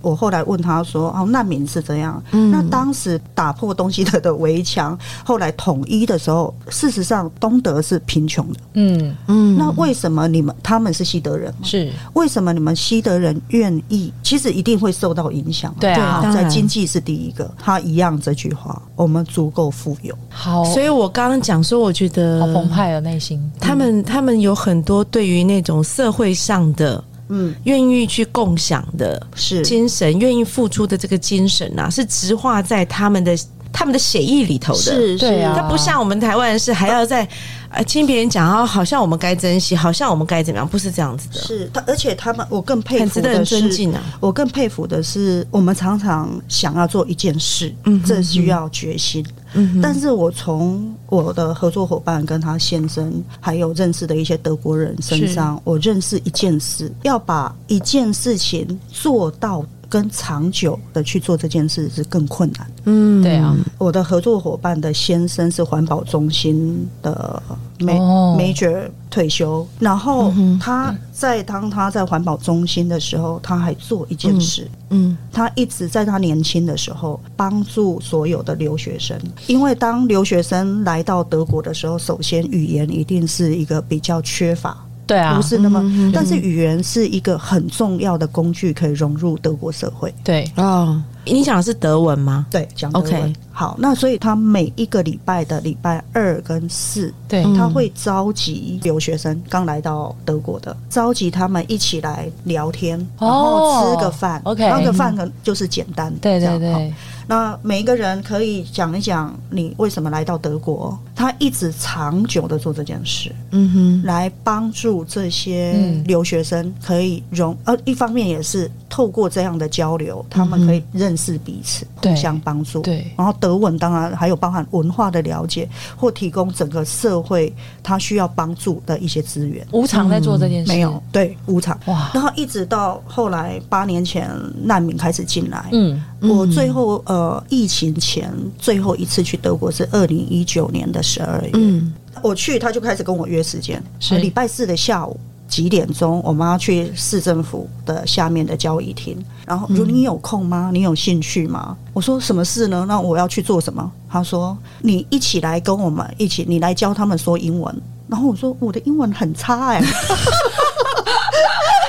Speaker 1: 我后来问他说：“哦，难民是这样。
Speaker 3: 嗯
Speaker 1: 那当时打破东西德的围墙，后来统一的时候，事实上东德是贫穷的。
Speaker 3: 嗯，
Speaker 4: 嗯，
Speaker 1: 那哦为什么你们他们是西德人吗？
Speaker 3: 是
Speaker 1: 为什么你们西德人愿意？其实一定会受到影响，
Speaker 3: 对啊
Speaker 4: 当
Speaker 1: 在
Speaker 4: 然
Speaker 1: 经济是第一个，他一样这句话，我们足够富有，
Speaker 3: 好，
Speaker 4: 所以我刚刚讲说，我觉得
Speaker 1: 嗯
Speaker 3: 好澎湃的内心。
Speaker 4: 他们他们有很多对于那种社会上的
Speaker 1: 嗯，
Speaker 4: 愿意去共享的
Speaker 1: 是
Speaker 4: 精神，愿意付出的这个精神啊，是植化在他们的他们的血液里头的。
Speaker 1: 是，
Speaker 3: 对啊
Speaker 4: 它不像我们台湾人是还要在呃听别人讲啊，好像我们该珍惜，好像我们该怎么样，不是这样子的，
Speaker 1: 是他，而且他们，我更佩
Speaker 4: 很
Speaker 1: 服
Speaker 4: 值得
Speaker 1: 的
Speaker 4: 人尊
Speaker 1: 是。
Speaker 4: 敬啊。
Speaker 1: 我更佩服的是，我们常常想要做一件事，嗯，这需要决心。嗯，但是我从我的合作伙伴跟他先生，还有认识的一些德国人身上，我认识一件事，要把一件事情做到跟长久的去做这件事是更困难。
Speaker 4: 嗯，
Speaker 3: 对啊，
Speaker 1: 我的合作伙伴的先生是环保中心的 ma-
Speaker 3: 哦
Speaker 1: major 退休，然后他在当他在环保中心的时候，他还做一件事，
Speaker 4: 嗯，
Speaker 1: 他一直在他年轻的时候帮助所有的留学生，因为当留学生来到德国的时候，首先语言一定是一个比较缺乏。
Speaker 3: 对啊
Speaker 1: 不，是那么，但是语言是一个很重要的工具，可以融入德国社会。
Speaker 3: 对，
Speaker 4: 哦，你讲的是德文吗？
Speaker 1: 对，讲德文
Speaker 4: OK
Speaker 1: 好，那所以他每一个礼拜的礼拜二跟四，
Speaker 3: 对
Speaker 1: 他会召集留学生，刚来到德国的，召集他们一起来聊天，然
Speaker 3: 哦
Speaker 1: 后吃个饭。
Speaker 3: OK
Speaker 1: 那个饭可能就是简单，
Speaker 3: 对
Speaker 1: 这样
Speaker 3: 对
Speaker 1: 好
Speaker 3: 对，
Speaker 1: 那每一个人可以讲一讲你为什么来到德国，他一直长久的做这件事，
Speaker 4: 嗯哼，
Speaker 1: 来帮助这些
Speaker 3: 嗯
Speaker 1: 留学生可以融，呃，一方面也是透过这样的交流，他们可以认识彼此，
Speaker 3: 对
Speaker 1: 互相帮助。
Speaker 3: 对
Speaker 1: 然后德文当然还有包含文化的了解，或提供整个社会他需要帮助的一些资源。
Speaker 3: 无偿在做这件事，
Speaker 1: 嗯没有，对无偿。
Speaker 3: 哇，
Speaker 1: 然后一直到后来八年前难民开始进来，
Speaker 3: 嗯，
Speaker 1: 我最后呃，疫情前最后一次去德国是二零一九年的十二月，
Speaker 4: 嗯
Speaker 1: 我去他就开始跟我约时间，
Speaker 3: 是
Speaker 1: 礼拜四的下午几点钟，我们要去市政府的下面的交易厅。然后说你有空吗？你有兴趣吗？我说什么事呢？那我要去做什么？他说你一起来跟我们一起，你来教他们说英文。然后我说我的英文很差哎、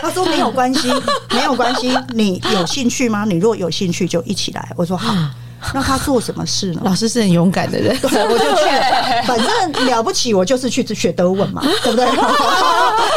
Speaker 1: 他说没有关系，没有关系。你有兴趣吗？你如果有兴趣就一起来。我说好。那他做什么事呢？
Speaker 4: 老师是很勇敢的人，
Speaker 1: 对，我 就去了。 反正了不起，我就是去学德文嘛， 对不对？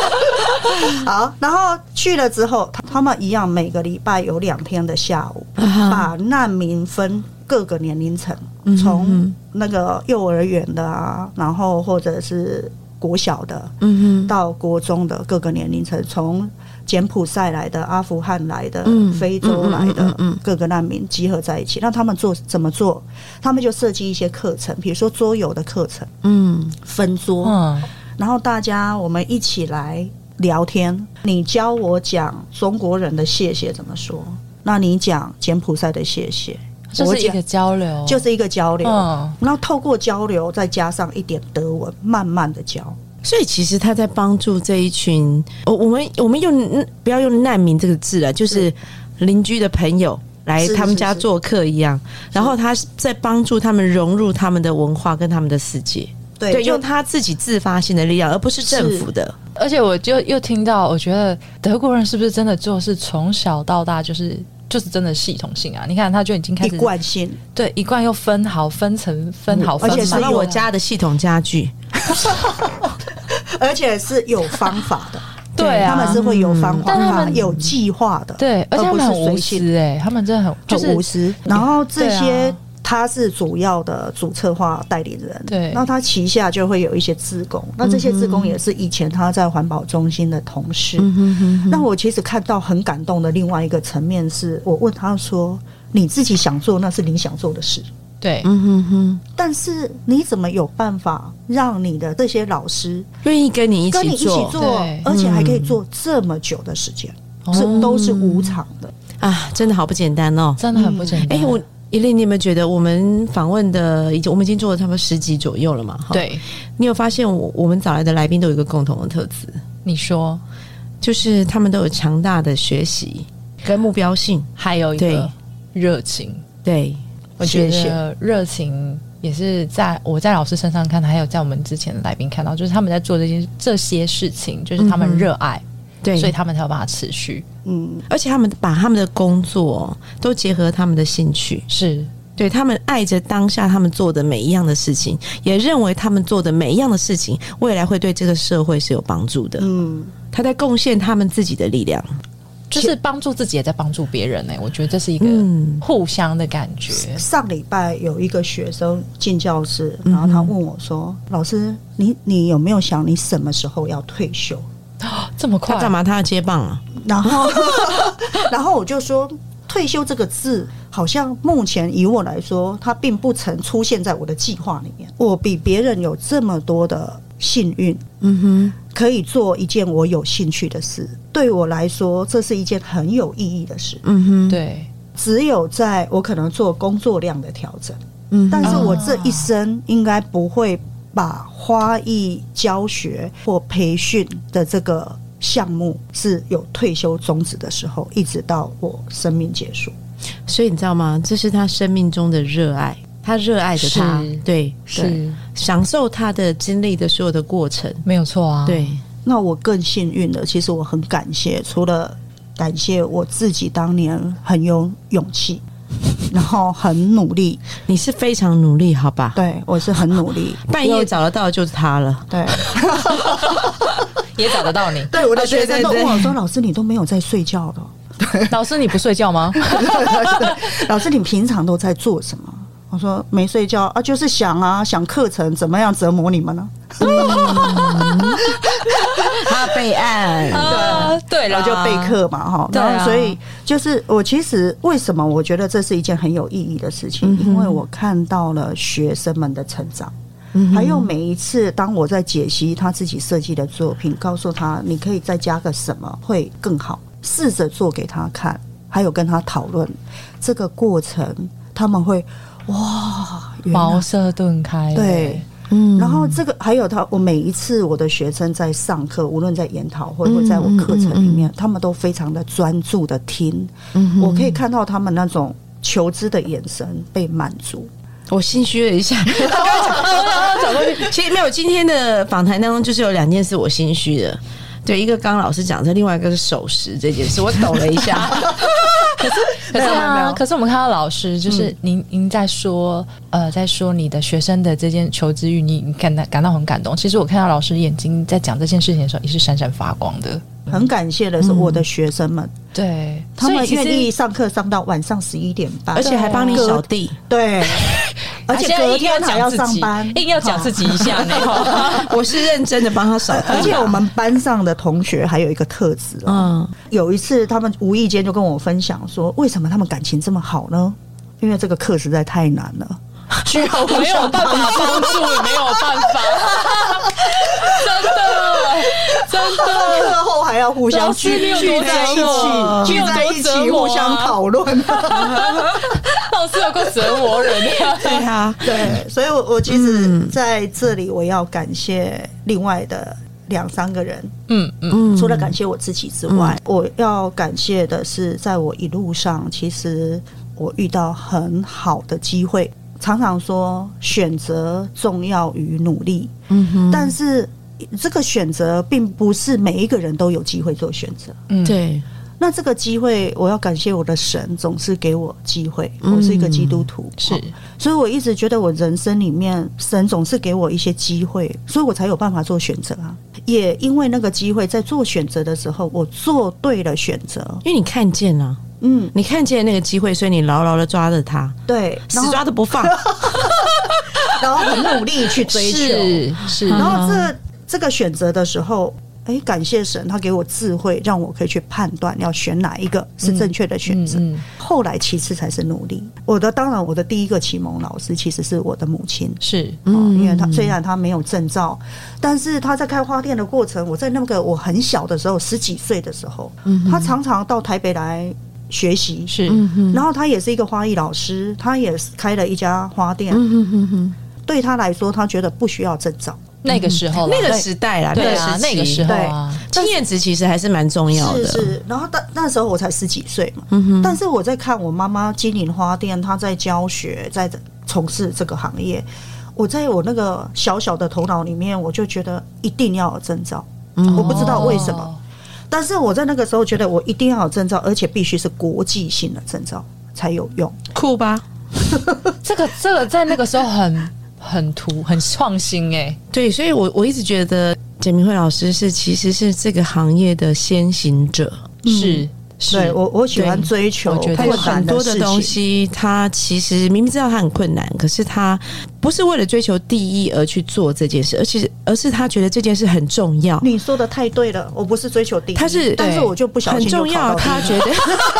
Speaker 1: 好，然后去了之后，他他们一样每个礼拜有两天的下午，
Speaker 4: 嗯
Speaker 1: 把难民分各个年龄层，
Speaker 4: 嗯
Speaker 1: 从那个幼儿园的啊，然后或者是国小的，
Speaker 4: 嗯
Speaker 1: 到国中的各个年龄层，从柬埔寨来的、阿富汗来的、
Speaker 4: 嗯
Speaker 1: 非洲来
Speaker 4: 嗯嗯嗯
Speaker 1: 的各个难民集合在一起，让他们做怎么做？他们就设计一些课程，比如说桌游的课程，
Speaker 4: 哼，嗯
Speaker 1: 分桌，
Speaker 3: 嗯，
Speaker 1: 然后大家我们一起来聊天。你教我讲中国人的谢谢怎么说，那你讲柬埔寨的谢谢，
Speaker 3: 就
Speaker 1: 我
Speaker 3: 是一
Speaker 1: 讲
Speaker 3: 个交流，
Speaker 1: 就是一个交流。
Speaker 3: 哦嗯，
Speaker 1: 然后透过交流，再加上一点德文，慢慢的教。
Speaker 4: 所以其实他在帮助这一群，我我们我们用不要用难民这个字了，就是邻居的朋友来
Speaker 1: 嗯是
Speaker 4: 他们家
Speaker 1: 是是
Speaker 4: 做客一样，然后他在帮助他们融入他们的文化跟他们的世界，
Speaker 1: 对
Speaker 4: 对，
Speaker 1: 就
Speaker 4: 用他自己自发性的力量，而不是政府的，
Speaker 3: 而且我就又听到，我觉得德国人是不是真的就是从小到大就是就是真的系统性啊？你看他就已经开
Speaker 1: 一
Speaker 3: 始
Speaker 1: 贯性。
Speaker 3: 对一贯又分好分层分好分
Speaker 1: 而且
Speaker 3: 满
Speaker 1: 是
Speaker 4: 找到
Speaker 1: 有
Speaker 4: 我家的系统家具，
Speaker 1: 而且是有方法的，
Speaker 3: 对啊，
Speaker 1: 他们是会有方
Speaker 3: 但他
Speaker 1: 方法、
Speaker 3: 们
Speaker 1: 有计划的，
Speaker 3: 对，而且他
Speaker 1: 不
Speaker 3: 们
Speaker 1: 是
Speaker 3: 很无
Speaker 1: 随性
Speaker 3: 私哎、他们真的很就是
Speaker 1: 很无私。然后这
Speaker 3: 对
Speaker 1: 些
Speaker 3: 啊
Speaker 1: 他是主要的主策划代理人，
Speaker 3: 对嗯
Speaker 1: 那他旗下就会有一些志工，那这些志工也是以前他在环保中心的同事。
Speaker 3: 嗯
Speaker 1: 那我其实看到很感动的另外一个层面是，我问他说：“你自己想做，那是你想做的事。”
Speaker 3: 对，
Speaker 4: 嗯哼哼，
Speaker 1: 但是你怎么有办法让你的这些老师
Speaker 4: 愿意跟你一
Speaker 1: 跟你
Speaker 4: 起
Speaker 1: 一起
Speaker 4: 做
Speaker 1: 做
Speaker 3: 对，嗯
Speaker 1: 而且还可以做这么久的时间，
Speaker 3: 哦
Speaker 1: 是都是无偿的。
Speaker 4: 啊，真的好不简单哦，
Speaker 3: 真的很不
Speaker 1: 嗯
Speaker 3: 简
Speaker 4: 哎、
Speaker 3: 单。
Speaker 4: 我。一令，你有没有觉得我们访问的已经我们已经做了差不多十集左右了嘛？哈，
Speaker 3: 对
Speaker 4: 你有发现我我们找来的来宾都有一个共同的特质，
Speaker 3: 你说，
Speaker 4: 就是他们都有强大的学习跟目标性。
Speaker 3: 还有一个热情，
Speaker 4: 对，
Speaker 3: 我觉
Speaker 4: 谢谢
Speaker 3: 得热情也是在我在老师身上看，还有在我们之前的来宾看到，就是他们在做这些这些事情，就是他
Speaker 4: 嗯
Speaker 3: 们
Speaker 4: 哼
Speaker 3: 热爱，所以
Speaker 4: 对，
Speaker 3: 他们才有办法持续。
Speaker 1: 嗯，
Speaker 4: 而且他们把他们的工作都结合他们的兴趣，
Speaker 3: 是
Speaker 4: 对他们爱着当下他们做的每一样的事情，也认为他们做的每一样的事情未来会对这个社会是有帮助的。
Speaker 1: 嗯，
Speaker 4: 他在贡献他们自己的力量。
Speaker 3: 就是帮助自己，也在帮助别人呢、我觉得这是一个
Speaker 4: 嗯
Speaker 3: 互相的感觉。
Speaker 1: 上礼拜有一个学生进教室，然后他问我说：“老师，你你有没有想你什么时候要退休
Speaker 3: 这么快
Speaker 4: 他干嘛？他要接棒啊？？”
Speaker 1: 然后，然后我就说。退休这个字，好像目前以我来说，它并不曾出现在我的计划里面。我比别人有这么多的幸运，
Speaker 4: 嗯
Speaker 1: 可以做一件我有兴趣的事。对我来说，这是一件很有意义的事。
Speaker 4: 哼，嗯哼，
Speaker 3: 对，
Speaker 1: 只有在我可能做工作量的调整，
Speaker 4: 嗯哼，
Speaker 1: 但是我这一生应该不会把花艺教学或培训的这个项目是有退休终止的时候，一直到我生命结束。
Speaker 4: 所以你知道吗？这是他生命中的热爱，他热爱着他
Speaker 3: 是，
Speaker 4: 对，对
Speaker 3: 是
Speaker 4: 享受他的经历的所有的过程，
Speaker 3: 没有错啊。
Speaker 4: 对，
Speaker 1: 那我更幸运的，其实我很感谢，除了感谢我自己当年很有勇气， 然后很努力，
Speaker 4: 你是非常努力，好吧？
Speaker 1: 对我是很努力，
Speaker 4: 半夜找得到就是他了，
Speaker 1: 对。
Speaker 3: 也找得到你。 啊
Speaker 1: 啊对，我的学生都问
Speaker 4: 对
Speaker 1: 我说：“老师，你都没有在睡觉的哦？
Speaker 3: 老师，你不睡觉吗？
Speaker 1: 老师，你平常都在做什么？”我说：“没睡觉啊，就是想啊，想课程怎么样折磨你们呢
Speaker 4: 他备案。
Speaker 3: 啊，对？”
Speaker 1: 我
Speaker 3: 了，
Speaker 1: 就备课嘛，哈。
Speaker 3: 对啊
Speaker 1: 然后，所以就是我其实为什么我觉得这是一件很有意义的事
Speaker 3: 嗯
Speaker 1: 情，因为我看到了学生们的成长。
Speaker 3: 嗯
Speaker 1: 还有每一次，当我在解析他自己设计的作品，告诉他你可以再加个什么会更好，试着做给他看，还有跟他讨论这个过程，他们会哇，原来
Speaker 3: 茅塞顿开。
Speaker 1: 嗯对，嗯，然后这个还有他，我每一次我的学生在上课，无论在研讨
Speaker 3: 嗯
Speaker 1: 会或在我课程里面，他们都非常的专注的听，
Speaker 3: 嗯
Speaker 1: 我可以看到他们那种求知的眼神被满足。
Speaker 4: 我心虚了一下，
Speaker 3: 走过去，
Speaker 4: 其实没有今天的访谈当中，就是有两件事我心虚的。对，一个刚刚老师讲的，另外一个是守时这件事，我抖了一下。
Speaker 3: 可是啊，可是我们看到老师，就是
Speaker 1: 嗯
Speaker 3: 您您在说，呃，在说你的学生的这件求知欲，你你感到感到很感动。其实我看到老师眼睛在讲这件事情的时候，也是闪闪发光的。
Speaker 1: 很感谢的是，我的学生们，
Speaker 3: 嗯对，
Speaker 1: 他们
Speaker 3: 所以其
Speaker 1: 愿
Speaker 3: 实
Speaker 1: 意上课上到晚上十一点半，
Speaker 4: 而且还帮你
Speaker 1: 隔
Speaker 4: 扫地，
Speaker 1: 对，而
Speaker 3: 啊
Speaker 1: 且
Speaker 3: 现在
Speaker 1: 隔
Speaker 3: 硬
Speaker 1: 天
Speaker 3: 要讲
Speaker 1: 还要
Speaker 3: 自
Speaker 1: 上
Speaker 3: 己
Speaker 1: 班，
Speaker 3: 硬要讲自己一 下呢。
Speaker 4: 我是认真的帮他扫地。
Speaker 1: 而且我们班上的同学还有一个特质哦，
Speaker 4: 嗯，
Speaker 1: 有一次，他们无意间就跟我分享说，为什么他们感情这么好呢？因为这个课实在太难了。
Speaker 4: 居然我
Speaker 3: 没有办法帮助，没有办法，真的，真的。
Speaker 1: 课后还要互相
Speaker 3: 老师
Speaker 1: 聚
Speaker 3: 你有
Speaker 1: 聚
Speaker 3: 多
Speaker 1: 在一
Speaker 3: 折磨
Speaker 1: 起，聚在一
Speaker 3: 你
Speaker 1: 起
Speaker 3: 有多折磨啊
Speaker 1: 互相 讨论。
Speaker 3: 老师有够折磨人的，
Speaker 4: 对啊，
Speaker 1: 对，所以我我其实在这里我要感谢另外的两三个人，
Speaker 3: 嗯嗯，
Speaker 4: 嗯
Speaker 1: 除了感谢我自己之外，我要感谢的是，在我一路上，其实我遇到很好的机会。常常说选择重要于努力，
Speaker 4: 嗯哼，
Speaker 1: 但是这个选择并不是每一个人都有机会做选择。
Speaker 3: 嗯
Speaker 4: 对，
Speaker 1: 那这个机会，我要感谢我的神，总是给我机会。我是一个基督徒，
Speaker 3: 嗯是
Speaker 1: 所以我一直觉得我人生里面，神总是给我一些机会，所以我才有办法做选择啊。也因为那个机会，在做选择的时候，我做对了选择。
Speaker 4: 因为你看见了，
Speaker 1: 嗯，
Speaker 4: 你看见那个机会，所以你牢牢的抓着它，
Speaker 1: 对，然
Speaker 4: 死
Speaker 1: 后
Speaker 4: 抓着不放。
Speaker 1: 然后很努力去追求。
Speaker 3: 是
Speaker 1: 然后这这个选择的时候，哎，感谢神，他给我智慧，让我可以去判断要选哪一个是正确的选择。
Speaker 3: 嗯嗯
Speaker 1: 后来其次才是努力。我的当然，我的第一个启蒙老师其实是我的母亲。
Speaker 3: 是
Speaker 4: 嗯
Speaker 1: 哦，因为他虽然他没有证照，但是他在开花店的过程，我在那个我很小的时候，十几岁的时候，
Speaker 3: 嗯
Speaker 1: 他常常到台北来学习，
Speaker 3: 是，
Speaker 4: 嗯
Speaker 1: 然后他也是一个花艺老师，他也开了一家花店。
Speaker 3: 嗯
Speaker 1: 对他来说，他觉得不需要证照，
Speaker 3: 那个时候啦，
Speaker 4: 那个时代啦，
Speaker 3: 对啊，
Speaker 4: 那
Speaker 3: 那
Speaker 4: 个
Speaker 3: 个时
Speaker 4: 时期
Speaker 3: 候啊，
Speaker 4: 经验值其实还是蛮重要
Speaker 1: 是
Speaker 4: 的。嗯
Speaker 1: 是。然后但那时候我才十几岁嘛，但是我在看我妈妈经营花店，她在教学，在从事这个行业。我在我那个小小的头脑里面，我就觉得一定要有证照，我不知道为什么。
Speaker 3: 哦
Speaker 1: 但是我在那个时候觉得我一定要有证照，而且必须是国际性的证照才有用。
Speaker 4: 酷吧？
Speaker 3: 这个这个在那个时候很很突很创新哎、
Speaker 4: 对，所以我我一直觉得简明慧老师是其实是这个行业的先行者，
Speaker 3: 是
Speaker 1: 对
Speaker 3: 是，
Speaker 1: 我，我喜欢
Speaker 3: 对
Speaker 1: 追求
Speaker 3: 我觉得
Speaker 4: 他
Speaker 1: 困
Speaker 4: 有
Speaker 1: 难
Speaker 4: 很多的
Speaker 1: 事
Speaker 4: 东
Speaker 1: 情。
Speaker 4: 西，他其实明明知道他很困难，可是他不是为了追求第一而去做这件事，而且而是他觉得这件事很重要。
Speaker 1: 你说的太对了，我不是追求第一，
Speaker 4: 他是
Speaker 1: 但是我就不小
Speaker 4: 很
Speaker 1: 心就
Speaker 4: 重
Speaker 1: 考
Speaker 4: 要，
Speaker 1: 到第
Speaker 4: 他
Speaker 1: 一。
Speaker 4: 觉得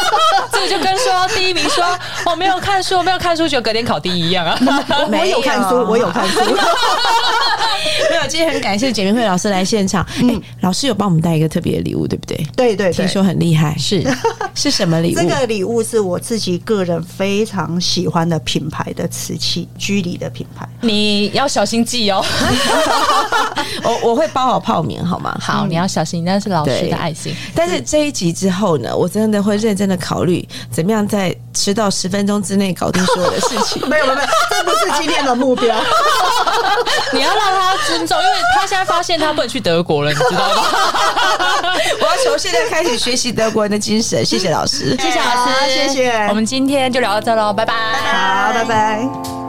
Speaker 3: 这个就跟说第一名说我没有看书，我没有看书，就隔天考第一一样啊。
Speaker 1: 哦我有看 书，我有看书，
Speaker 4: 没有。今天很感谢简明慧老师来现场，哎、老师有帮我们带一个特别的礼物，对不对？
Speaker 1: 嗯对对
Speaker 4: 听
Speaker 1: 对。
Speaker 4: 说很厉害，
Speaker 3: 是
Speaker 4: 是什么礼物？
Speaker 1: 这个礼物是我自己个人非常喜欢的品牌的瓷器，居里的品牌。
Speaker 3: 你要小心记哦，
Speaker 4: 我我会包好泡棉，好吗？
Speaker 3: 好，你要小心，那是老师
Speaker 4: 对
Speaker 3: 的爱心。
Speaker 4: 但是这一集之后呢，我真的会认真的考虑怎么样在 迟到十分钟之内搞定所有的事情。
Speaker 1: 没有没有，没有这不是今天的目标。
Speaker 3: 你要让他尊重，因为他现在发现他不能去德国了，你知道吗？
Speaker 4: 我要从现在开始学习德国人的精神。 谢谢老师，
Speaker 3: 谢谢老师，
Speaker 1: 谢谢
Speaker 3: 我们今天就聊到这喽，拜拜。
Speaker 1: 好，拜拜。